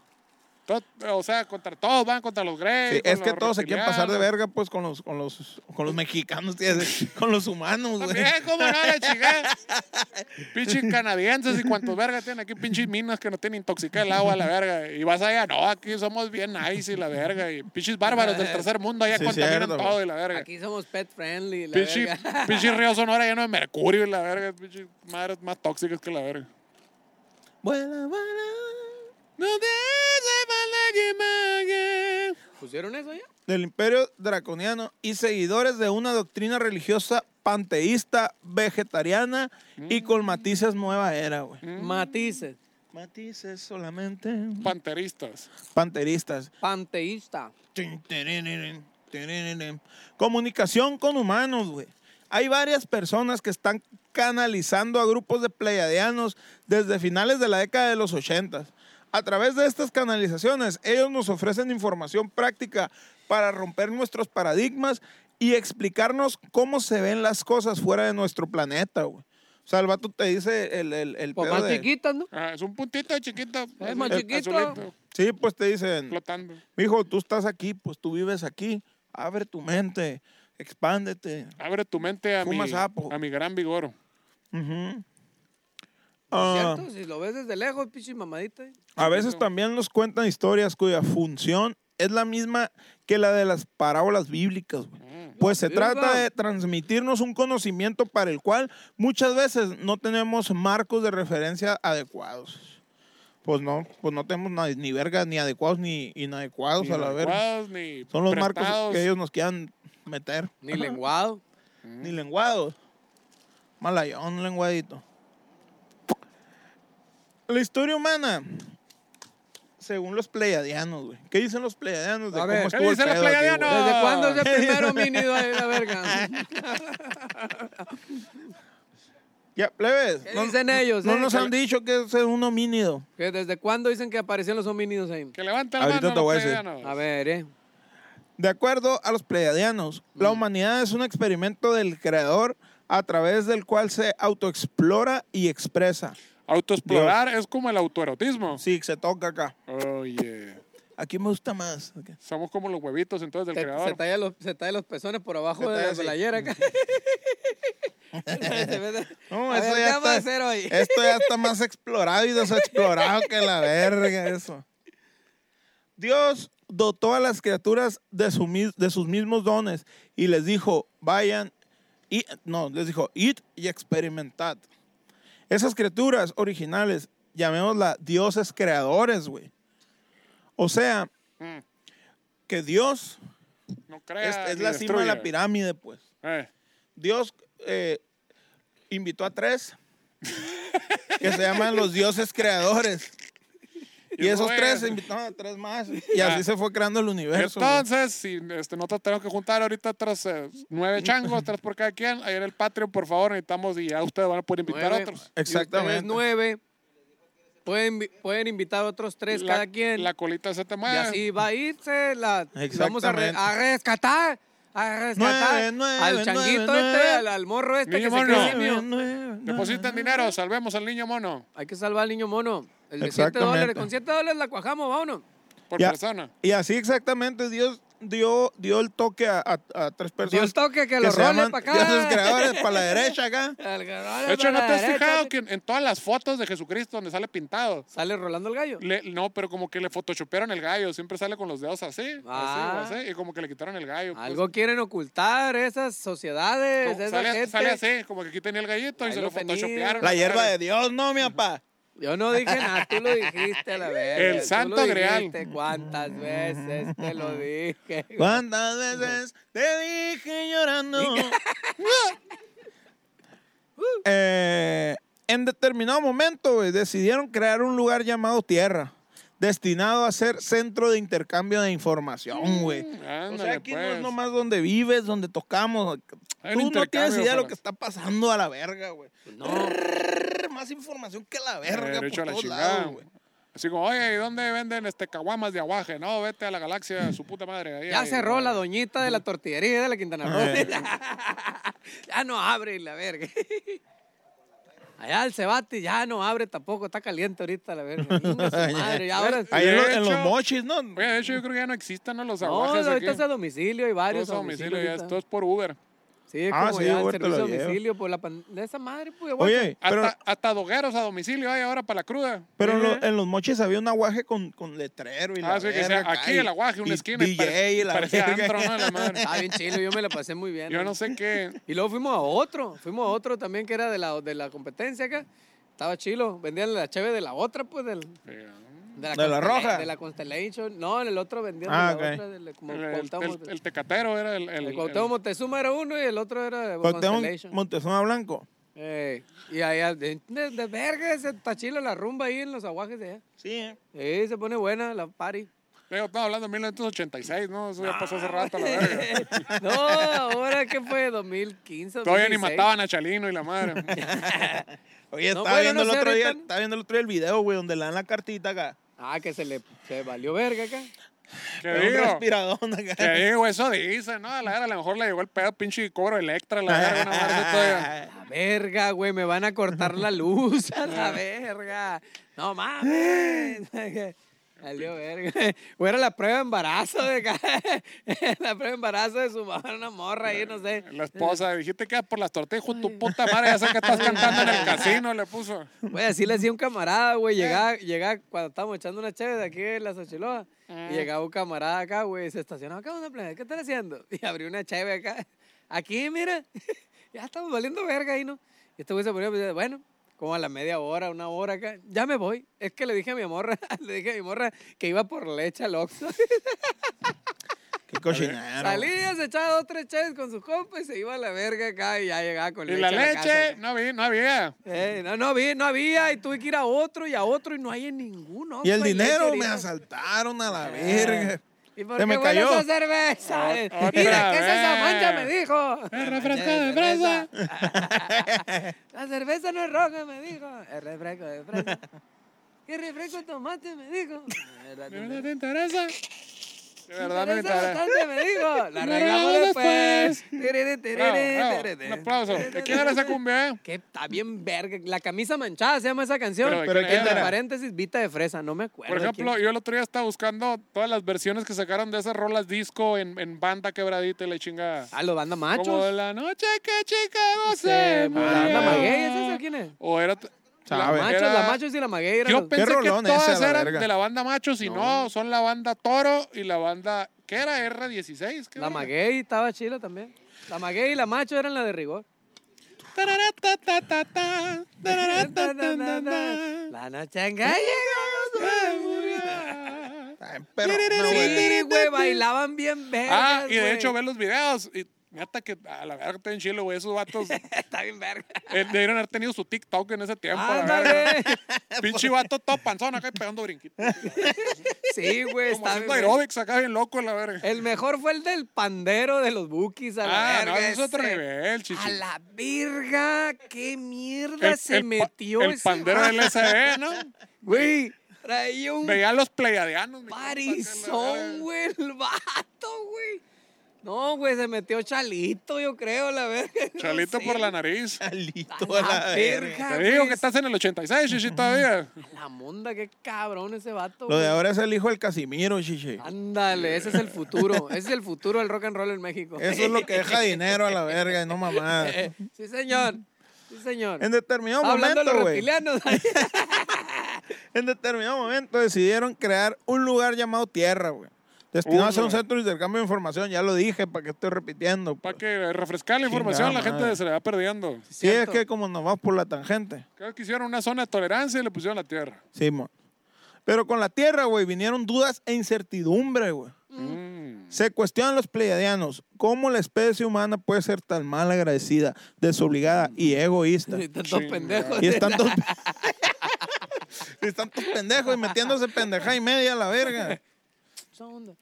Speaker 1: Tot- o sea, contra todos van contra los Greys.
Speaker 2: Sí, es que todos se quieren pasar de verga, pues, con los, con los, con los mexicanos, tío, de- con los humanos, güey.
Speaker 1: También, cómo no, la chingada. Pinches canadienses y cuantos verga tienen aquí, pinches minas que no tienen intoxicada el agua, la verga. Y vas allá, no, aquí somos bien nice y la verga. Y pinches bárbaros del tercer mundo allá
Speaker 2: Eh, Sí,
Speaker 1: contaminan
Speaker 2: cierto,
Speaker 1: todo
Speaker 2: güey.
Speaker 1: y la verga.
Speaker 3: Aquí somos pet friendly. La
Speaker 1: Pinche,
Speaker 3: verga.
Speaker 1: pinche río Sonora lleno de mercurio y la verga. Pinches madres más tóxicas que la verga.
Speaker 2: Vuela, vuela.
Speaker 1: No te hace falta que me hagas.
Speaker 3: ¿Pusieron eso ya?
Speaker 2: Del imperio draconiano y seguidores de una doctrina religiosa panteísta, vegetariana y con matices nueva era, güey.
Speaker 3: Matices.
Speaker 2: Matices solamente.
Speaker 1: Panteristas.
Speaker 2: Panteristas.
Speaker 3: Panteísta.
Speaker 2: Tin, tiriririn, tiriririn. Comunicación con humanos, güey. Hay varias personas que están canalizando a grupos de pleiadianos desde finales de la década de los 80. A través de estas canalizaciones, ellos nos ofrecen información práctica para romper nuestros paradigmas y explicarnos cómo se ven las cosas fuera de nuestro planeta, güey. O sea, el vato te dice el, el, el
Speaker 3: Pues
Speaker 2: pedo
Speaker 3: más
Speaker 2: de-
Speaker 3: chiquitas, ¿no?
Speaker 1: Ah, es un puntito chiquito.
Speaker 3: Es más
Speaker 1: azul-
Speaker 3: chiquito.
Speaker 1: azulito,
Speaker 2: Sí, pues te dicen...
Speaker 1: flotando.
Speaker 2: Mijo, tú estás aquí, pues tú vives aquí. Abre tu mente, expándete.
Speaker 1: Abre tu mente a, mi,
Speaker 2: Fuma sapo.
Speaker 1: a mi gran vigor.
Speaker 2: Ujú. Ah,
Speaker 3: ¿Cierto? Si lo ves desde lejos, pinche mamadita. ¿eh?
Speaker 2: a veces también nos cuentan historias cuya función es la misma que la de las parábolas bíblicas. güey. Pues se
Speaker 3: Verga.
Speaker 2: trata de transmitirnos un conocimiento para el cual muchas veces no tenemos marcos de referencia adecuados. Pues no, pues no tenemos na- ni verga, ni adecuados, ni inadecuados
Speaker 1: Ni
Speaker 2: a la verga.
Speaker 1: adecuados, ni
Speaker 2: Son los marcos
Speaker 1: prestados.
Speaker 2: que ellos nos quedan meter.
Speaker 3: Ni lenguado.
Speaker 2: Ni lenguados. Malayón, lenguadito. La historia humana, según los pleiadianos, güey. ¿Qué dicen los pleiadianos de
Speaker 3: A
Speaker 2: cómo
Speaker 3: ver, ¿qué
Speaker 2: estuvo el
Speaker 1: dicen los
Speaker 2: pedo aquí,
Speaker 1: pleiadianos?
Speaker 2: güey?
Speaker 3: ¿Desde cuándo es el primer homínido ahí, la verga?
Speaker 2: Ya, plebes.
Speaker 3: ¿Qué dicen ellos,
Speaker 2: No
Speaker 3: eh?
Speaker 2: nos
Speaker 3: Que
Speaker 2: han
Speaker 3: le-
Speaker 2: dicho que es un homínido.
Speaker 3: ¿Que ¿Desde cuándo dicen que aparecieron los homínidos ahí?
Speaker 1: Que levanta la
Speaker 2: Ahorita
Speaker 1: mano
Speaker 2: te
Speaker 1: los
Speaker 2: voy a decir.
Speaker 1: pleiadianos.
Speaker 3: A ver, ¿eh?
Speaker 2: De acuerdo a los pleiadianos, la
Speaker 3: Mm.
Speaker 2: humanidad es un experimento del creador a través del cual se autoexplora y expresa.
Speaker 1: Autoexplorar es como el autoerotismo.
Speaker 2: Sí, se toca acá.
Speaker 1: Oye.
Speaker 2: Aquí me gusta más. Ok.
Speaker 1: Somos como los huevitos entonces del
Speaker 3: Se, se
Speaker 1: creador.
Speaker 3: talla los, se talla los pezones por
Speaker 2: Se
Speaker 3: abajo de
Speaker 2: talla
Speaker 3: la
Speaker 2: así.
Speaker 3: playera acá.
Speaker 2: No,
Speaker 3: a
Speaker 2: eso
Speaker 3: ver,
Speaker 2: ya
Speaker 3: ¿qué vamos
Speaker 2: está-
Speaker 3: a hacer hoy?
Speaker 2: Esto ya está más explorado y desexplorado que la verga, eso. Dios dotó a las criaturas de, su mis- de sus mismos dones y les dijo, vayan, y, no, les dijo, id y experimentad. Esas criaturas originales, llamémoslas dioses creadores, güey. O sea,
Speaker 1: Mm,
Speaker 2: que Dios
Speaker 1: No
Speaker 2: es,
Speaker 1: creas.
Speaker 2: es
Speaker 1: ni
Speaker 2: la cima de la
Speaker 1: destruya.
Speaker 2: pirámide, pues.
Speaker 1: Eh,
Speaker 2: Dios eh, invitó a tres que se llaman los dioses creadores. Y
Speaker 1: Y
Speaker 2: esos
Speaker 1: fue-
Speaker 2: tres se invitaron a tres más. Y así se fue creando el universo. güey.
Speaker 1: Entonces, si este, nosotros tenemos que juntar ahorita otros eh, nueve changos, tres por cada quien, ahí en el Patreon, por favor, necesitamos y ya ustedes van a poder invitar a
Speaker 3: Nueve.
Speaker 1: otros.
Speaker 2: Exactamente.
Speaker 3: Ustedes nueve. Pueden, vi- pueden invitar a otros tres
Speaker 1: La-
Speaker 3: cada quien.
Speaker 1: La colita se te
Speaker 3: y
Speaker 1: mueve.
Speaker 3: así va a irse. La, y vamos a, re-
Speaker 2: Exactamente.
Speaker 3: a rescatar. A
Speaker 2: Nueve,
Speaker 3: rescatar
Speaker 2: nueve,
Speaker 3: al changuito
Speaker 2: nueve,
Speaker 3: este,
Speaker 2: nueve.
Speaker 3: al, al morro este
Speaker 1: Niño
Speaker 3: que se
Speaker 1: mono.
Speaker 3: cree simio.
Speaker 1: Depositan dinero, salvemos al niño mono
Speaker 3: Hay que salvar al niño mono. El de 7 dólares.
Speaker 2: Exactamente.
Speaker 3: Con 7 dólares la cuajamos, vámonos.
Speaker 1: por
Speaker 2: Ya.
Speaker 1: persona.
Speaker 2: Y así exactamente Dios dio, dio el toque a, a- a tres personas.
Speaker 3: Dio el toque que
Speaker 2: que
Speaker 3: lo
Speaker 2: se
Speaker 3: rolen
Speaker 2: llaman
Speaker 3: para
Speaker 2: Dioses
Speaker 3: acá.
Speaker 2: creadores para la derecha acá.
Speaker 3: El que
Speaker 2: Pues
Speaker 3: role
Speaker 1: De hecho,
Speaker 3: pa'
Speaker 1: ¿no
Speaker 3: la
Speaker 1: te has
Speaker 3: derecha,
Speaker 1: fijado
Speaker 3: pi-
Speaker 1: que en- en todas las fotos de Jesucristo donde sale pintado?
Speaker 3: Sale Rolando el gallo.
Speaker 1: le- no, pero como que le photoshopearon el gallo, siempre sale con los dedos así,
Speaker 3: Ah.
Speaker 1: así, así, y como que le quitaron el gallo. pues.
Speaker 3: Algo quieren ocultar esas sociedades,
Speaker 1: Como-
Speaker 3: esa
Speaker 1: sale,
Speaker 3: gente.
Speaker 1: sale así, como que aquí tenía el gallito y
Speaker 3: Ahí
Speaker 1: se
Speaker 3: lo
Speaker 1: lo
Speaker 3: tenía.
Speaker 1: photoshopearon.
Speaker 2: La hierba de Dios, no, mi papá.
Speaker 3: Yo no dije nada, tú lo dijiste a la vez.
Speaker 1: El santo grial.
Speaker 3: ¿Cuántas veces te lo dije?
Speaker 2: ¿Cuántas veces te dije llorando? Eh, en determinado momento güey, decidieron crear un lugar llamado Tierra, destinado a ser centro de intercambio de información, güey.
Speaker 1: Mm, Ándale,
Speaker 2: O sea, aquí no
Speaker 1: pues.
Speaker 2: es nomás donde vives, donde tocamos.
Speaker 1: Hay un
Speaker 2: Tú no tienes
Speaker 1: intercambio,
Speaker 2: idea de lo
Speaker 1: pues.
Speaker 2: que está pasando a la verga, güey.
Speaker 3: No.
Speaker 2: Prrr, Más información que la verga
Speaker 1: Eh, Derecho a
Speaker 2: por
Speaker 1: la
Speaker 2: todos
Speaker 1: chingada.
Speaker 2: lados, güey.
Speaker 1: Así como, oye, ¿y dónde venden este caguamas de aguaje? No, vete a la galaxia, su puta madre. ahí,
Speaker 3: Ya
Speaker 1: ahí,
Speaker 3: cerró
Speaker 1: ahí.
Speaker 3: la doñita de la tortillería de la Quintana
Speaker 2: Eh.
Speaker 3: Roo. ya no abre la verga. Allá el Cebati ya no abre tampoco, está caliente ahorita la verga. Chinga su madre, ya ahora
Speaker 2: Ahí en, lo-
Speaker 1: De
Speaker 2: en los
Speaker 1: hecho-
Speaker 2: mochis, ¿no?
Speaker 1: Oye, de hecho, yo creo que ya no existen ¿no? los
Speaker 3: No,
Speaker 1: aguajes
Speaker 3: ahorita
Speaker 1: aquí.
Speaker 3: es a domicilio, hay varios.
Speaker 1: Todos a domicilio, ya es- todo es por Uber.
Speaker 3: Sí, es
Speaker 2: Ah,
Speaker 3: como
Speaker 2: sí,
Speaker 3: ya el
Speaker 2: Uber te lo
Speaker 3: servicio a
Speaker 2: lleva.
Speaker 3: domicilio por la pan- de esa madre, pues. guacha.
Speaker 2: Oye,
Speaker 1: Hasta,
Speaker 2: pero...
Speaker 1: hasta dogueros a domicilio hay ahora para la cruda.
Speaker 2: Pero en, lo- en los moches había un aguaje con, con letrero y la
Speaker 1: Ah, sí, que sea
Speaker 2: verga
Speaker 1: aquí
Speaker 2: y-
Speaker 1: el aguaje, una
Speaker 2: y
Speaker 1: esquina.
Speaker 2: DJ
Speaker 1: pare-
Speaker 2: y la
Speaker 1: parecía
Speaker 2: verga.
Speaker 1: antro, ¿no? La madre.
Speaker 3: Está Ah, bien chido, yo me la pasé muy bien.
Speaker 1: Yo
Speaker 3: ¿no?
Speaker 1: no sé qué.
Speaker 3: Y luego fuimos a otro, fuimos a otro también que era de la, de la competencia acá. Estaba chilo, vendían la cheve de la otra, pues, del, de la,
Speaker 2: ¿De la
Speaker 3: Constella-
Speaker 2: roja?
Speaker 3: De la Constellation. No, en el otro vendían de
Speaker 2: Ah,
Speaker 3: la
Speaker 2: ok.
Speaker 3: otra, del, como
Speaker 1: El,
Speaker 3: el,
Speaker 1: el-
Speaker 3: Cuauhtémoc.
Speaker 1: el- el tecatero era el. el-
Speaker 3: el Cuauhtémoc
Speaker 1: el-
Speaker 3: Montezuma era uno y el otro era de
Speaker 2: Cuauhtémoc
Speaker 3: Constellation.
Speaker 2: Montezuma Blanco.
Speaker 3: Ey, y allá, de, de, de verga, ese- está chila la rumba ahí en los aguajes de allá.
Speaker 2: Sí. ¿eh?
Speaker 3: Ey, se pone buena la party.
Speaker 1: Digo, estamos hablando de 1986, ¿no? Eso ya
Speaker 3: Ah.
Speaker 1: pasó hace rato, la verga.
Speaker 3: No, ahora que fue 2015.
Speaker 1: Todavía ni
Speaker 3: 2016.
Speaker 1: mataban a Chalino y la madre.
Speaker 2: Oye,
Speaker 3: No,
Speaker 2: estaba,
Speaker 3: bueno,
Speaker 2: viendo el
Speaker 3: no sé,
Speaker 2: otro día,
Speaker 3: ahorita-
Speaker 2: estaba viendo el otro día el video, güey, donde le dan la cartita acá.
Speaker 3: Ah, que se le se valió verga acá.
Speaker 1: ¿Qué
Speaker 2: Un
Speaker 1: digo?
Speaker 2: respiradón acá.
Speaker 1: ¿Qué digo? Eso dice, ¿no? A la verga, a lo mejor le llegó el pedo pinche cobro electra, la verga, una madre así todavía.
Speaker 3: La verga, güey, me van a cortar la luz. A la verga. No mames. Valió verga. O era la prueba de embarazo de acá. La prueba de embarazo de su mamá, una morra ahí, no sé.
Speaker 1: La esposa, dijiste que era por las tortillas, hijo de tu puta madre, ya sé que estás cantando en el casino, le puso.
Speaker 3: Güey, así le hacía un camarada, güey.
Speaker 1: Eh.
Speaker 3: Llegaba, llegaba cuando estábamos echando una chévere de aquí de la Xochiloa.
Speaker 1: Eh.
Speaker 3: Y llegaba un camarada acá, güey. Se estacionaba acá, una plena. ¿Qué están haciendo? Y abrió una chévere acá. Aquí, mira. ya estamos valiendo verga ahí, ¿no? Y este güey se ponía, pues, bueno, como a la media hora, una hora acá. Ya me voy. Es que le dije a mi morra, le dije a mi morra que iba por leche al Oxxo.
Speaker 2: Qué cochinero.
Speaker 3: Salías, echaba dos, tres chaves con sus compas y se iba a la verga acá y ya llegaba con
Speaker 1: Y la
Speaker 3: a
Speaker 1: leche,
Speaker 3: casa.
Speaker 1: no, había, no había.
Speaker 3: Eh, no, no había, no había, y tuve que ir a otro y a otro y no hay en ninguno.
Speaker 2: Y el
Speaker 3: hombre,
Speaker 2: dinero
Speaker 3: leche
Speaker 2: me
Speaker 3: ahorita.
Speaker 2: asaltaron a
Speaker 3: Ah.
Speaker 2: la verga.
Speaker 3: ¿Y por
Speaker 2: Se
Speaker 3: qué
Speaker 2: me
Speaker 3: me
Speaker 2: cayó.
Speaker 3: esa cerveza?
Speaker 1: Ot- Ah, otra
Speaker 3: Mira, ¿qué es esa
Speaker 1: vez.
Speaker 3: mancha? Me dijo.
Speaker 1: Es refresco de fresa.
Speaker 3: La cerveza no es roja, me dijo. Es refresco de fresa. ¿Qué refresco de tomate? Me dijo. De verdad,
Speaker 1: ¿De
Speaker 3: me
Speaker 1: verdad te interesa? De verdad me interesa.
Speaker 3: bastante, me dijo. La arreglamos
Speaker 1: arreglamos
Speaker 3: después. Tiriri,
Speaker 1: Bravo,
Speaker 3: tiriri,
Speaker 1: bravo.
Speaker 3: tiriri.
Speaker 1: Un aplauso. ¿De quién era esa cumbia, eh?
Speaker 3: Que está bien verga. La camisa manchada se llama esa canción.
Speaker 1: Pero, ¿de
Speaker 2: Pero quién ¿quién era?
Speaker 3: entre
Speaker 2: era?
Speaker 3: paréntesis, Vita de Fresa, no me acuerdo.
Speaker 1: Por ejemplo, yo el otro día estaba buscando todas las versiones que sacaron de esas rolas disco en, en banda quebradita y la chingada.
Speaker 3: A Ah, los banda machos.
Speaker 1: Como de la noche que chica
Speaker 3: Se-
Speaker 1: se murió.
Speaker 3: la banda maguey, ¿es esa o quién es?
Speaker 1: O era...
Speaker 3: La
Speaker 2: Sabe.
Speaker 3: machos,
Speaker 1: Era-
Speaker 3: la machos y la maguey. eran
Speaker 1: Yo
Speaker 3: los-
Speaker 1: pensé que
Speaker 2: rolón ese,
Speaker 1: todas
Speaker 2: la
Speaker 1: eran
Speaker 2: verga.
Speaker 1: de la banda Machos y no. son la banda Toro y la banda... ¿Qué era? R16. ¿qué
Speaker 3: La
Speaker 1: era?
Speaker 3: maguey estaba chila también. La maguey y la macho eran la de rigor.
Speaker 1: Tararatatata, tararatatata.
Speaker 3: La noche en calle.
Speaker 1: Ah,
Speaker 2: Ay, Pero, no, güey.
Speaker 3: Sí, güey, bailaban bien vergas,
Speaker 1: Ah, y de
Speaker 3: güey.
Speaker 1: hecho, ver los videos. Y neta que a la verga está en Chile, güey. Esos vatos eh,
Speaker 3: Está bien verga.
Speaker 1: debieron haber tenido su TikTok en ese tiempo. la verga.
Speaker 3: Ándale.
Speaker 1: Pinche vato todo panzón acá y pegando brinquitos.
Speaker 3: Sí, güey,
Speaker 1: Como
Speaker 3: está bien
Speaker 1: haciendo
Speaker 3: verga.
Speaker 1: aeróbics acá bien loco, la verga.
Speaker 3: El mejor fue el del pandero de los bookies a la
Speaker 1: Ah,
Speaker 3: verga.
Speaker 1: no, ese es otro
Speaker 3: ese.
Speaker 1: nivel, chichi.
Speaker 3: A la verga, qué mierda se
Speaker 1: pa-
Speaker 3: metió
Speaker 1: el
Speaker 3: ese
Speaker 1: pandero
Speaker 3: vato.
Speaker 1: del SE, ¿no?
Speaker 3: Güey, traía un
Speaker 1: Veía a los pleiadianos. mi compa, acá, la
Speaker 3: parizón,
Speaker 1: verga.
Speaker 3: güey, el vato, güey. No, güey, se metió Chalito, yo creo, la verga. no
Speaker 1: Chalito
Speaker 3: sé.
Speaker 1: por la nariz.
Speaker 2: Alito
Speaker 3: A
Speaker 2: a
Speaker 3: la
Speaker 2: la verga.
Speaker 3: verga.
Speaker 1: Te digo
Speaker 3: güey.
Speaker 1: que estás en el 86, chichi, todavía.
Speaker 3: La monda, qué cabrón ese vato,
Speaker 2: Lo de
Speaker 3: güey.
Speaker 2: ahora es el hijo del Casimiro, chiche.
Speaker 3: Ándale, ese es el futuro. Ese es el futuro del rock and roll en México.
Speaker 2: Eso es lo que deja dinero a la verga y no mamá. En
Speaker 3: Sí, señor. Sí, señor.
Speaker 2: determinado
Speaker 3: Estaba hablando de
Speaker 2: momento, güey.
Speaker 3: los reptilianos.
Speaker 2: En determinado momento decidieron crear un lugar llamado Tierra, güey. Destinado a ser un
Speaker 1: Uno.
Speaker 2: centro de intercambio de información, ya lo dije, para que estoy repitiendo.
Speaker 1: Para
Speaker 2: pues.
Speaker 1: que refrescar la información,
Speaker 2: Chingada
Speaker 1: la gente
Speaker 2: madre.
Speaker 1: se le va perdiendo.
Speaker 2: Sí, es
Speaker 3: Cierto.
Speaker 2: que como nos vamos por la tangente.
Speaker 1: Creo que hicieron una zona de tolerancia y le pusieron la tierra.
Speaker 2: Sí, mo. Pero con la Tierra, güey, vinieron dudas e incertidumbre, güey.
Speaker 1: Mm.
Speaker 2: Se cuestionan los pleiadianos cómo la especie humana puede ser tan mal agradecida, desobligada y egoísta.
Speaker 3: Están todos
Speaker 1: Chingada.
Speaker 3: pendejos.
Speaker 2: Y están todos, y están todos pendejos y metiéndose pendeja y media a la verga.
Speaker 3: Esa onda.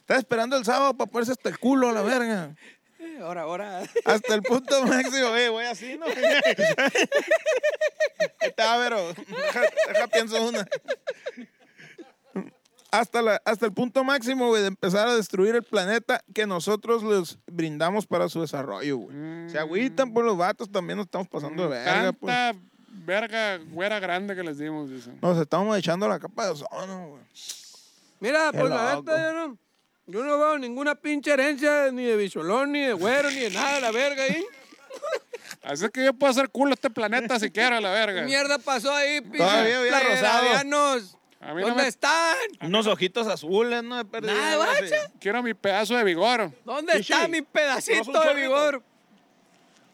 Speaker 2: Está esperando el sábado para ponerse hasta el culo a la verga.
Speaker 3: Eh, Ahora, ahora.
Speaker 2: Hasta el punto máximo, eh, güey, así, ¿no? Ahí Está, pero deja, deja, pienso una. Hasta, la- hasta el punto máximo, güey, de empezar a destruir el planeta que nosotros les brindamos para su desarrollo, güey.
Speaker 3: Mm.
Speaker 2: Se agüitan por los vatos, también nos estamos pasando de verga, pues.
Speaker 1: Tanta verga güera grande que les dimos, dicen.
Speaker 2: Nos estamos echando la capa de ozono, güey.
Speaker 3: Mira,
Speaker 2: Qué
Speaker 3: pues la
Speaker 2: loco.
Speaker 3: neta, yo no, yo no veo ninguna pinche herencia ni de bicholón, ni de güero, ni de nada, la verga ahí.
Speaker 1: Así que yo puedo hacer culo a este planeta si quiero, la
Speaker 3: ¿Qué
Speaker 1: verga.
Speaker 3: mierda pasó ahí, pinche?
Speaker 2: Todavía hubiera rozado.
Speaker 3: pleiadianos?
Speaker 1: A mí no
Speaker 3: ¿Dónde
Speaker 1: me-
Speaker 3: están?
Speaker 2: Unos ojitos azules, ¿no? De perdido,
Speaker 3: Nada,
Speaker 2: algo así.
Speaker 3: guacha.
Speaker 1: Quiero mi pedazo de vigor.
Speaker 3: ¿Dónde
Speaker 2: Sí,
Speaker 3: está
Speaker 2: sí.
Speaker 3: mi
Speaker 2: No es
Speaker 3: pedacito
Speaker 2: un
Speaker 3: de
Speaker 2: chorrito.
Speaker 3: vigor?
Speaker 1: O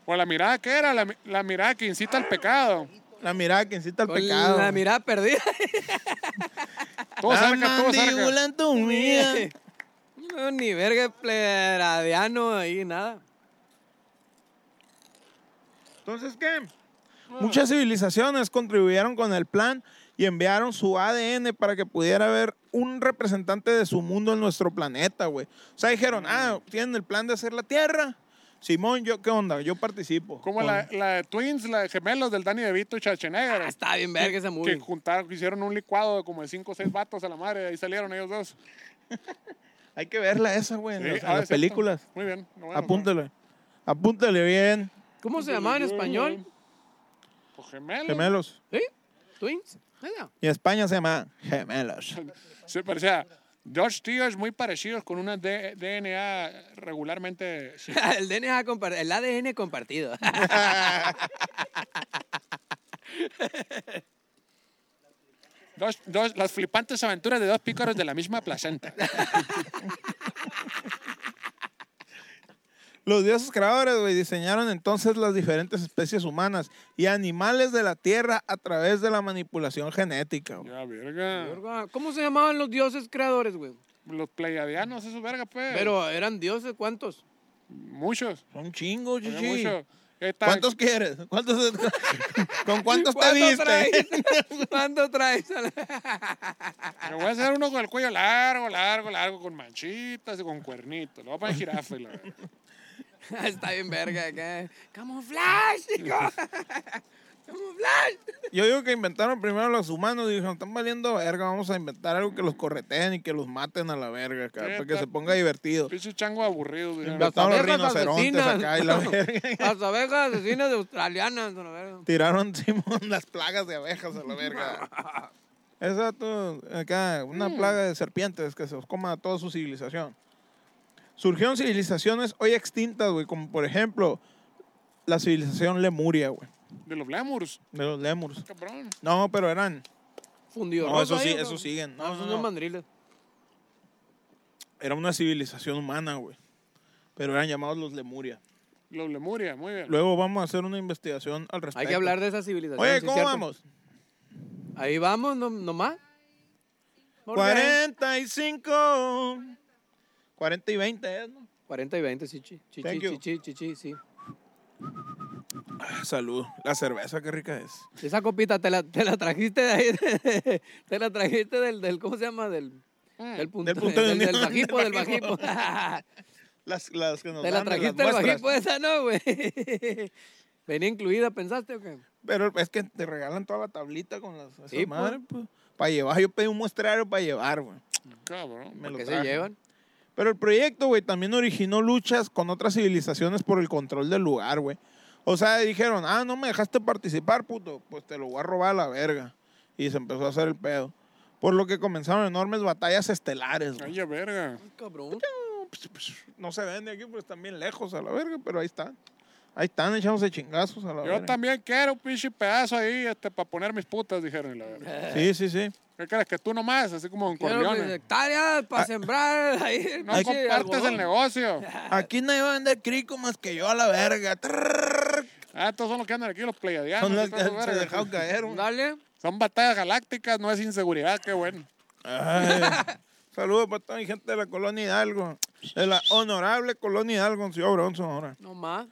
Speaker 1: Pues la mirada que era, la, mi- la mirada que incita al pecado.
Speaker 2: La mirada que incita al
Speaker 3: Con
Speaker 2: pecado.
Speaker 3: Pues, la mirada perdida.
Speaker 1: Todo cerca, todo cerca.
Speaker 2: mandíbula en tu mía.
Speaker 3: No veo ni verga de pleiadiano ahí, nada.
Speaker 2: Entonces, ¿qué? Muchas civilizaciones contribuyeron con el plan y enviaron su ADN para que pudiera haber un representante de su mundo en nuestro planeta, güey. O sea, dijeron, ah, tienen el plan de hacer la Tierra. Simón, yo, ¿qué onda? Yo participo.
Speaker 1: Como
Speaker 2: Con-
Speaker 1: la, la de Twins, la de gemelos del Danny DeVito y
Speaker 3: Ah,
Speaker 1: Schwarzenegger.
Speaker 3: Está bien verga esa
Speaker 1: Que
Speaker 3: movie.
Speaker 1: juntaron, que hicieron un licuado de como de 5 o 6 vatos a la madre. y Ahí salieron ellos dos.
Speaker 2: Hay que verla esa, güey, en
Speaker 1: Sí,
Speaker 2: los- en
Speaker 1: ah,
Speaker 2: las
Speaker 1: es cierto.
Speaker 2: películas.
Speaker 1: Muy bien. lo voy a anotar.
Speaker 2: Apúntale. Apúntale bien,
Speaker 3: ¿Cómo se llamaba en español?
Speaker 1: Pues gemelos.
Speaker 2: gemelos.
Speaker 3: ¿Sí? ¿Twins? Nada.
Speaker 2: Y en España se llama gemelos.
Speaker 1: Sí, parecía. Dos tíos muy parecidos con una D- DNA regularmente.
Speaker 3: El, DNA compar- el ADN compartido.
Speaker 1: Dos, dos, las flipantes aventuras de dos pícaros de la misma placenta.
Speaker 2: Los dioses creadores, güey, diseñaron entonces las diferentes especies humanas y animales de la Tierra a través de la manipulación genética, güey.
Speaker 1: Ya, verga.
Speaker 3: Verga, ah, ¿Cómo se llamaban los dioses creadores, güey?
Speaker 1: Los pleiadianos, esos verga, pues.
Speaker 3: Pero eran dioses, ¿cuántos?
Speaker 1: Muchos.
Speaker 2: Son chingos,
Speaker 1: había
Speaker 2: chichi.
Speaker 1: muchos. Esta-
Speaker 2: ¿Cuántos quieres? ¿Cuántos- ¿Con cuántos te viste?
Speaker 3: traes? ¿Cuánto traes? a la-
Speaker 1: Me voy a hacer uno con el cuello largo, largo, largo, con manchitas y con cuernitos. Lo voy a poner jirafa y la verga.
Speaker 3: Está bien verga acá. ¡Camuflaje, chico! ¡Camuflaje!
Speaker 2: Yo digo que inventaron primero los humanos y dijeron, están valiendo verga, vamos a inventar algo que los correteen y que los maten a la verga, acá,
Speaker 1: Sí,
Speaker 2: para que
Speaker 1: está-
Speaker 2: se ponga divertido.
Speaker 1: Pinche chango aburrido. diría.
Speaker 2: Las Estaban los rinocerontes acá y la verga.
Speaker 3: Las abejas asesinas australianas, a la verga.
Speaker 2: Tiraron Simón las plagas de abejas a la verga. Exacto, acá, una plaga de serpientes que se os coma a toda su civilización. Surgieron civilizaciones hoy extintas, güey, como por ejemplo la civilización Lemuria, güey,
Speaker 1: De los lemurs.
Speaker 2: de los Lemurs.
Speaker 1: Cabrón.
Speaker 2: No, pero eran.
Speaker 3: Fundido.
Speaker 2: No,
Speaker 3: rosa
Speaker 2: eso sí,
Speaker 3: ahí, ¿o
Speaker 2: eso
Speaker 3: no?
Speaker 2: siguen.
Speaker 3: Ah,
Speaker 2: No,
Speaker 3: esos
Speaker 2: no,
Speaker 3: son
Speaker 2: no.
Speaker 3: mandriles.
Speaker 2: Era una civilización humana, güey. Pero eran llamados los Lemuria.
Speaker 1: Los lemuria, muy bien.
Speaker 2: Luego vamos a hacer una investigación al respecto.
Speaker 3: Hay que hablar de esa civilización.
Speaker 2: Oye,
Speaker 3: sí,
Speaker 2: ¿cómo
Speaker 3: cierto.
Speaker 2: vamos?
Speaker 3: Ahí vamos, no, nomás. Porque-
Speaker 2: 45. 40 y 20, ¿eh? ¿no?
Speaker 3: 40 y 20, sí, chi, chi,
Speaker 2: Thank
Speaker 3: chi,
Speaker 2: you.
Speaker 3: chi, chi, chi, sí.
Speaker 2: Ah, Salud. La cerveza, qué rica es.
Speaker 3: Esa copita te la, te la trajiste de ahí, te la trajiste del, del ¿cómo se llama? Del,
Speaker 1: Mm,
Speaker 3: del punto,
Speaker 2: Eh, Del punto de
Speaker 3: del, del
Speaker 2: unión,
Speaker 3: bajipo, del
Speaker 2: del
Speaker 3: bajipo.
Speaker 2: bajipo.
Speaker 3: te
Speaker 2: Las, las que nos
Speaker 3: la
Speaker 2: dan de
Speaker 3: trajiste pues. del
Speaker 2: muestras.
Speaker 3: bajipo esa, ¿no, güey? Venía incluida, ¿pensaste o qué?
Speaker 2: Pero es que te regalan toda la tablita con las esas
Speaker 3: Sí, pues.
Speaker 2: madres, pues. Para llevar, yo pedí un muestrario para llevar, güey.
Speaker 1: Cabrón.
Speaker 2: Me lo
Speaker 3: ¿Qué se
Speaker 2: traje.
Speaker 3: llevan?
Speaker 2: Pero el proyecto, güey, también originó luchas con otras civilizaciones por el control del lugar, güey. O sea, dijeron, ah, no me dejaste participar, puto, pues te lo voy a robar a la verga. Y se empezó a hacer el pedo. Por lo que comenzaron enormes batallas estelares,
Speaker 1: Ay,
Speaker 2: güey.
Speaker 1: ya verga.
Speaker 2: Pues,
Speaker 3: Cabrón.
Speaker 2: No se vende aquí, pues están bien lejos a la verga, pero ahí están. Ahí están echándose chingazos a la
Speaker 1: Yo
Speaker 2: verga.
Speaker 1: también quiero un pinche pedazo ahí este, para poner mis putas, dijeron. y La verga.
Speaker 2: Sí, sí, sí.
Speaker 1: ¿Qué crees que tú nomás? Así como en
Speaker 3: Quiero mis
Speaker 1: Corleone.
Speaker 3: hectáreas
Speaker 2: Ah,
Speaker 3: para sembrar ahí. el
Speaker 1: No
Speaker 3: pinche
Speaker 1: compartes el
Speaker 3: algodón.
Speaker 1: negocio.
Speaker 2: Aquí nadie va a vender crico más que yo a la verga. Trrr.
Speaker 1: Ah, estos son los que andan aquí, los pleiadianos.
Speaker 2: Son las
Speaker 1: y
Speaker 2: que
Speaker 1: toda esa
Speaker 2: se
Speaker 1: verga.
Speaker 2: dejaron caer, güey.
Speaker 3: Dale.
Speaker 1: Son batallas galácticas, no es inseguridad, qué bueno.
Speaker 2: Ay, Saludos para toda mi gente de la colonia Hidalgo. De la honorable colonia Hidalgo, en Ciudad Obregón, Sonora.
Speaker 3: Nomás.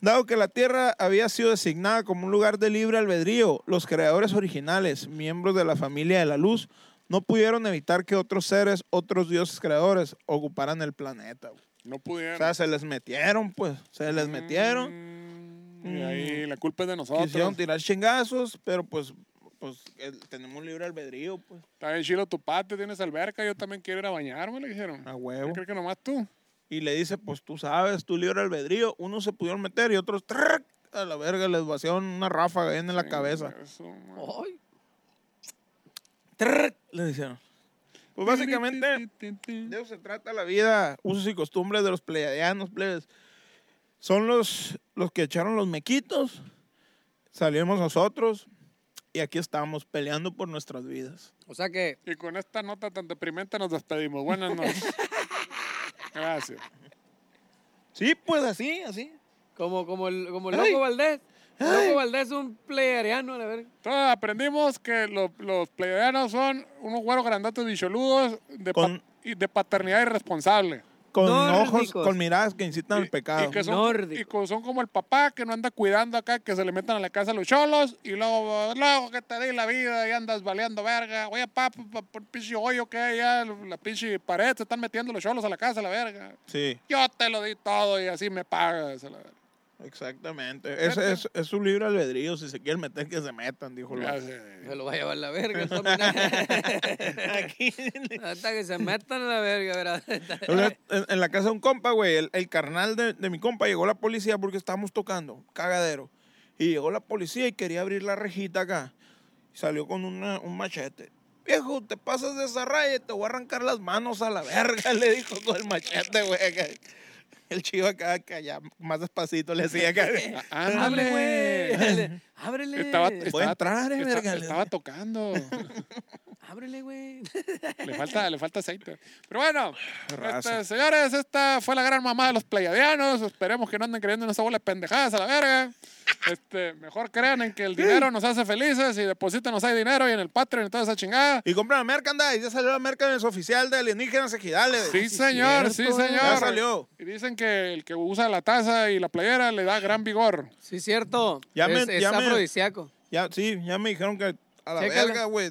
Speaker 2: Dado que la tierra había sido designada como un lugar de libre albedrío, los creadores originales, miembros de la familia de la luz, no pudieron evitar que otros seres, otros dioses creadores, ocuparan el planeta. güey.
Speaker 1: No
Speaker 2: O
Speaker 1: pudieron.
Speaker 2: sea, se les metieron, pues. Se les metieron.
Speaker 1: Mm, Y ahí la culpa es de nosotros.
Speaker 2: Quisieron tirar chingazos, pero pues, pues eh, tenemos libre albedrío, pues.
Speaker 1: Está bien chilo tu patio, tienes alberca, yo también quiero ir a bañarme, le dijeron.
Speaker 2: A huevo.
Speaker 1: Yo creo que nomás tú.
Speaker 2: y le dice, pues tú sabes, tu libre albedrío, unos se pudieron meter y otros ¡trac! a la verga les vaciaron una ráfaga ahí en la cabeza.
Speaker 1: Eh, Eso, ah. man.
Speaker 3: Ay.
Speaker 2: ¡Trac! Le hicieron. Pues básicamente de eso se trata la vida, usos y costumbres de los pleiadianos, plebes. Son los, los que echaron los mequitos, salimos nosotros y aquí estamos peleando por nuestras vidas.
Speaker 3: O sea que
Speaker 1: Y con esta nota tan deprimente nos despedimos. Buenas noches. Gracias.
Speaker 2: Sí, pues así, así.
Speaker 3: Como, como el, como el
Speaker 2: Ay.
Speaker 3: Loco Valdés. El
Speaker 2: Ay.
Speaker 3: Loco Valdés es un playeriano, a la verga.
Speaker 1: Todos aprendimos que los, los pleiadianos son unos güeros grandotes bicholudos de, pa-
Speaker 2: Con-
Speaker 1: y de paternidad irresponsable.
Speaker 2: Con ojos,
Speaker 3: Nórdicos.
Speaker 2: con miradas que incitan al pecado.
Speaker 1: Y que son,
Speaker 3: Nórdico.
Speaker 1: y co- son como el papá que no anda cuidando acá, que se le metan a la casa los cholos y luego, luego que te di la vida y andas baleando verga. Oye, papá, por pinche hoyo que hay allá, la pinche pared, te están metiendo los cholos a la casa, la verga.
Speaker 2: Sí.
Speaker 1: Yo te lo di todo y así me pagas. a la verga.
Speaker 2: Exactamente. Es, es, es su libre albedrío. Si se quieren meter, que se metan, dijo el
Speaker 1: Ya
Speaker 2: vato.
Speaker 1: sé.
Speaker 3: Se lo va a llevar la verga. el dominante.
Speaker 2: Aquí.
Speaker 3: Hasta que se metan a la verga, ¿verdad?
Speaker 2: En, en la casa de un compa, güey, el, el carnal de, de mi compa llegó la policía porque estábamos tocando, cagadero. Y llegó la policía y quería abrir la rejita acá. Y salió con una- un machete. Viejo, te pasas de esa raya y te voy a arrancar las manos a la verga, le dijo con el machete, güey. acá. El chivo acá, que allá más despacito le decía acá.
Speaker 3: Ábrele,
Speaker 1: Ándale.
Speaker 3: güey. Ábrele.
Speaker 1: Estaba,
Speaker 2: Voy a entrar, eh,
Speaker 1: esta-
Speaker 2: verga.
Speaker 1: estaba tocando.
Speaker 3: Ábrele, güey.
Speaker 1: Le falta, le falta aceite. Pero bueno,
Speaker 2: Raza.
Speaker 1: este, señores, esta fue la gran mamá de los pleiadianos. Esperemos que no anden creyendo en esas bolas pendejadas a la verga. Este, mejor crean en que el dinero nos hace felices y deposítenos hay dinero y en el Patreon y toda esa chingada.
Speaker 2: Y compra la merchandise. Ya salió la merchandise oficial de Alienígenas Ejidales.
Speaker 1: Sí, señor, sí,
Speaker 3: cierto, eh.
Speaker 1: señor.
Speaker 2: Ya salió.
Speaker 1: Y dicen que el que usa la taza y la playera le da gran vigor.
Speaker 3: Sí, cierto.
Speaker 2: Ya me-
Speaker 3: es es
Speaker 2: ya me-
Speaker 3: afrodisíaco.
Speaker 2: Ya, sí, ya me dijeron que a la
Speaker 3: Chécala.
Speaker 2: verga, güey.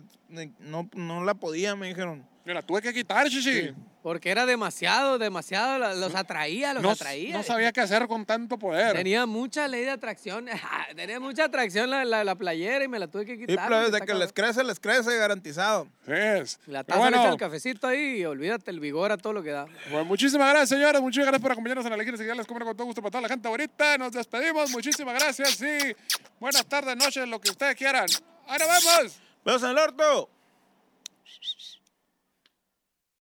Speaker 2: No, no la podía, me dijeron.
Speaker 1: Me la tuve que quitar, chichi.
Speaker 3: Porque era demasiado, demasiado. lo- Los atraía, los
Speaker 1: No,
Speaker 3: atraía.
Speaker 1: no sabía qué hacer con tanto poder.
Speaker 3: Tenía mucha ley de atracción. ah, Tenía mucha atracción la, la, la playera y me la tuve que
Speaker 2: Y
Speaker 3: quitar. porque
Speaker 2: pues, de
Speaker 3: está
Speaker 2: que
Speaker 3: cabrón.
Speaker 2: les crece, les crece, garantizado.
Speaker 1: Sí es.
Speaker 3: La
Speaker 1: Pero
Speaker 3: taza le echa
Speaker 1: bueno,
Speaker 3: el cafecito ahí y olvídate el vigor a todo lo que da.
Speaker 1: Bueno, muchísimas gracias, señores. Muchas gracias por acompañarnos en la Legión y les comer con todo gusto para toda la gente ahorita. Nos despedimos. Muchísimas gracias y buenas tardes, noches, lo que ustedes quieran. ¡Ahora vamos!
Speaker 2: ¡Veos en el orto!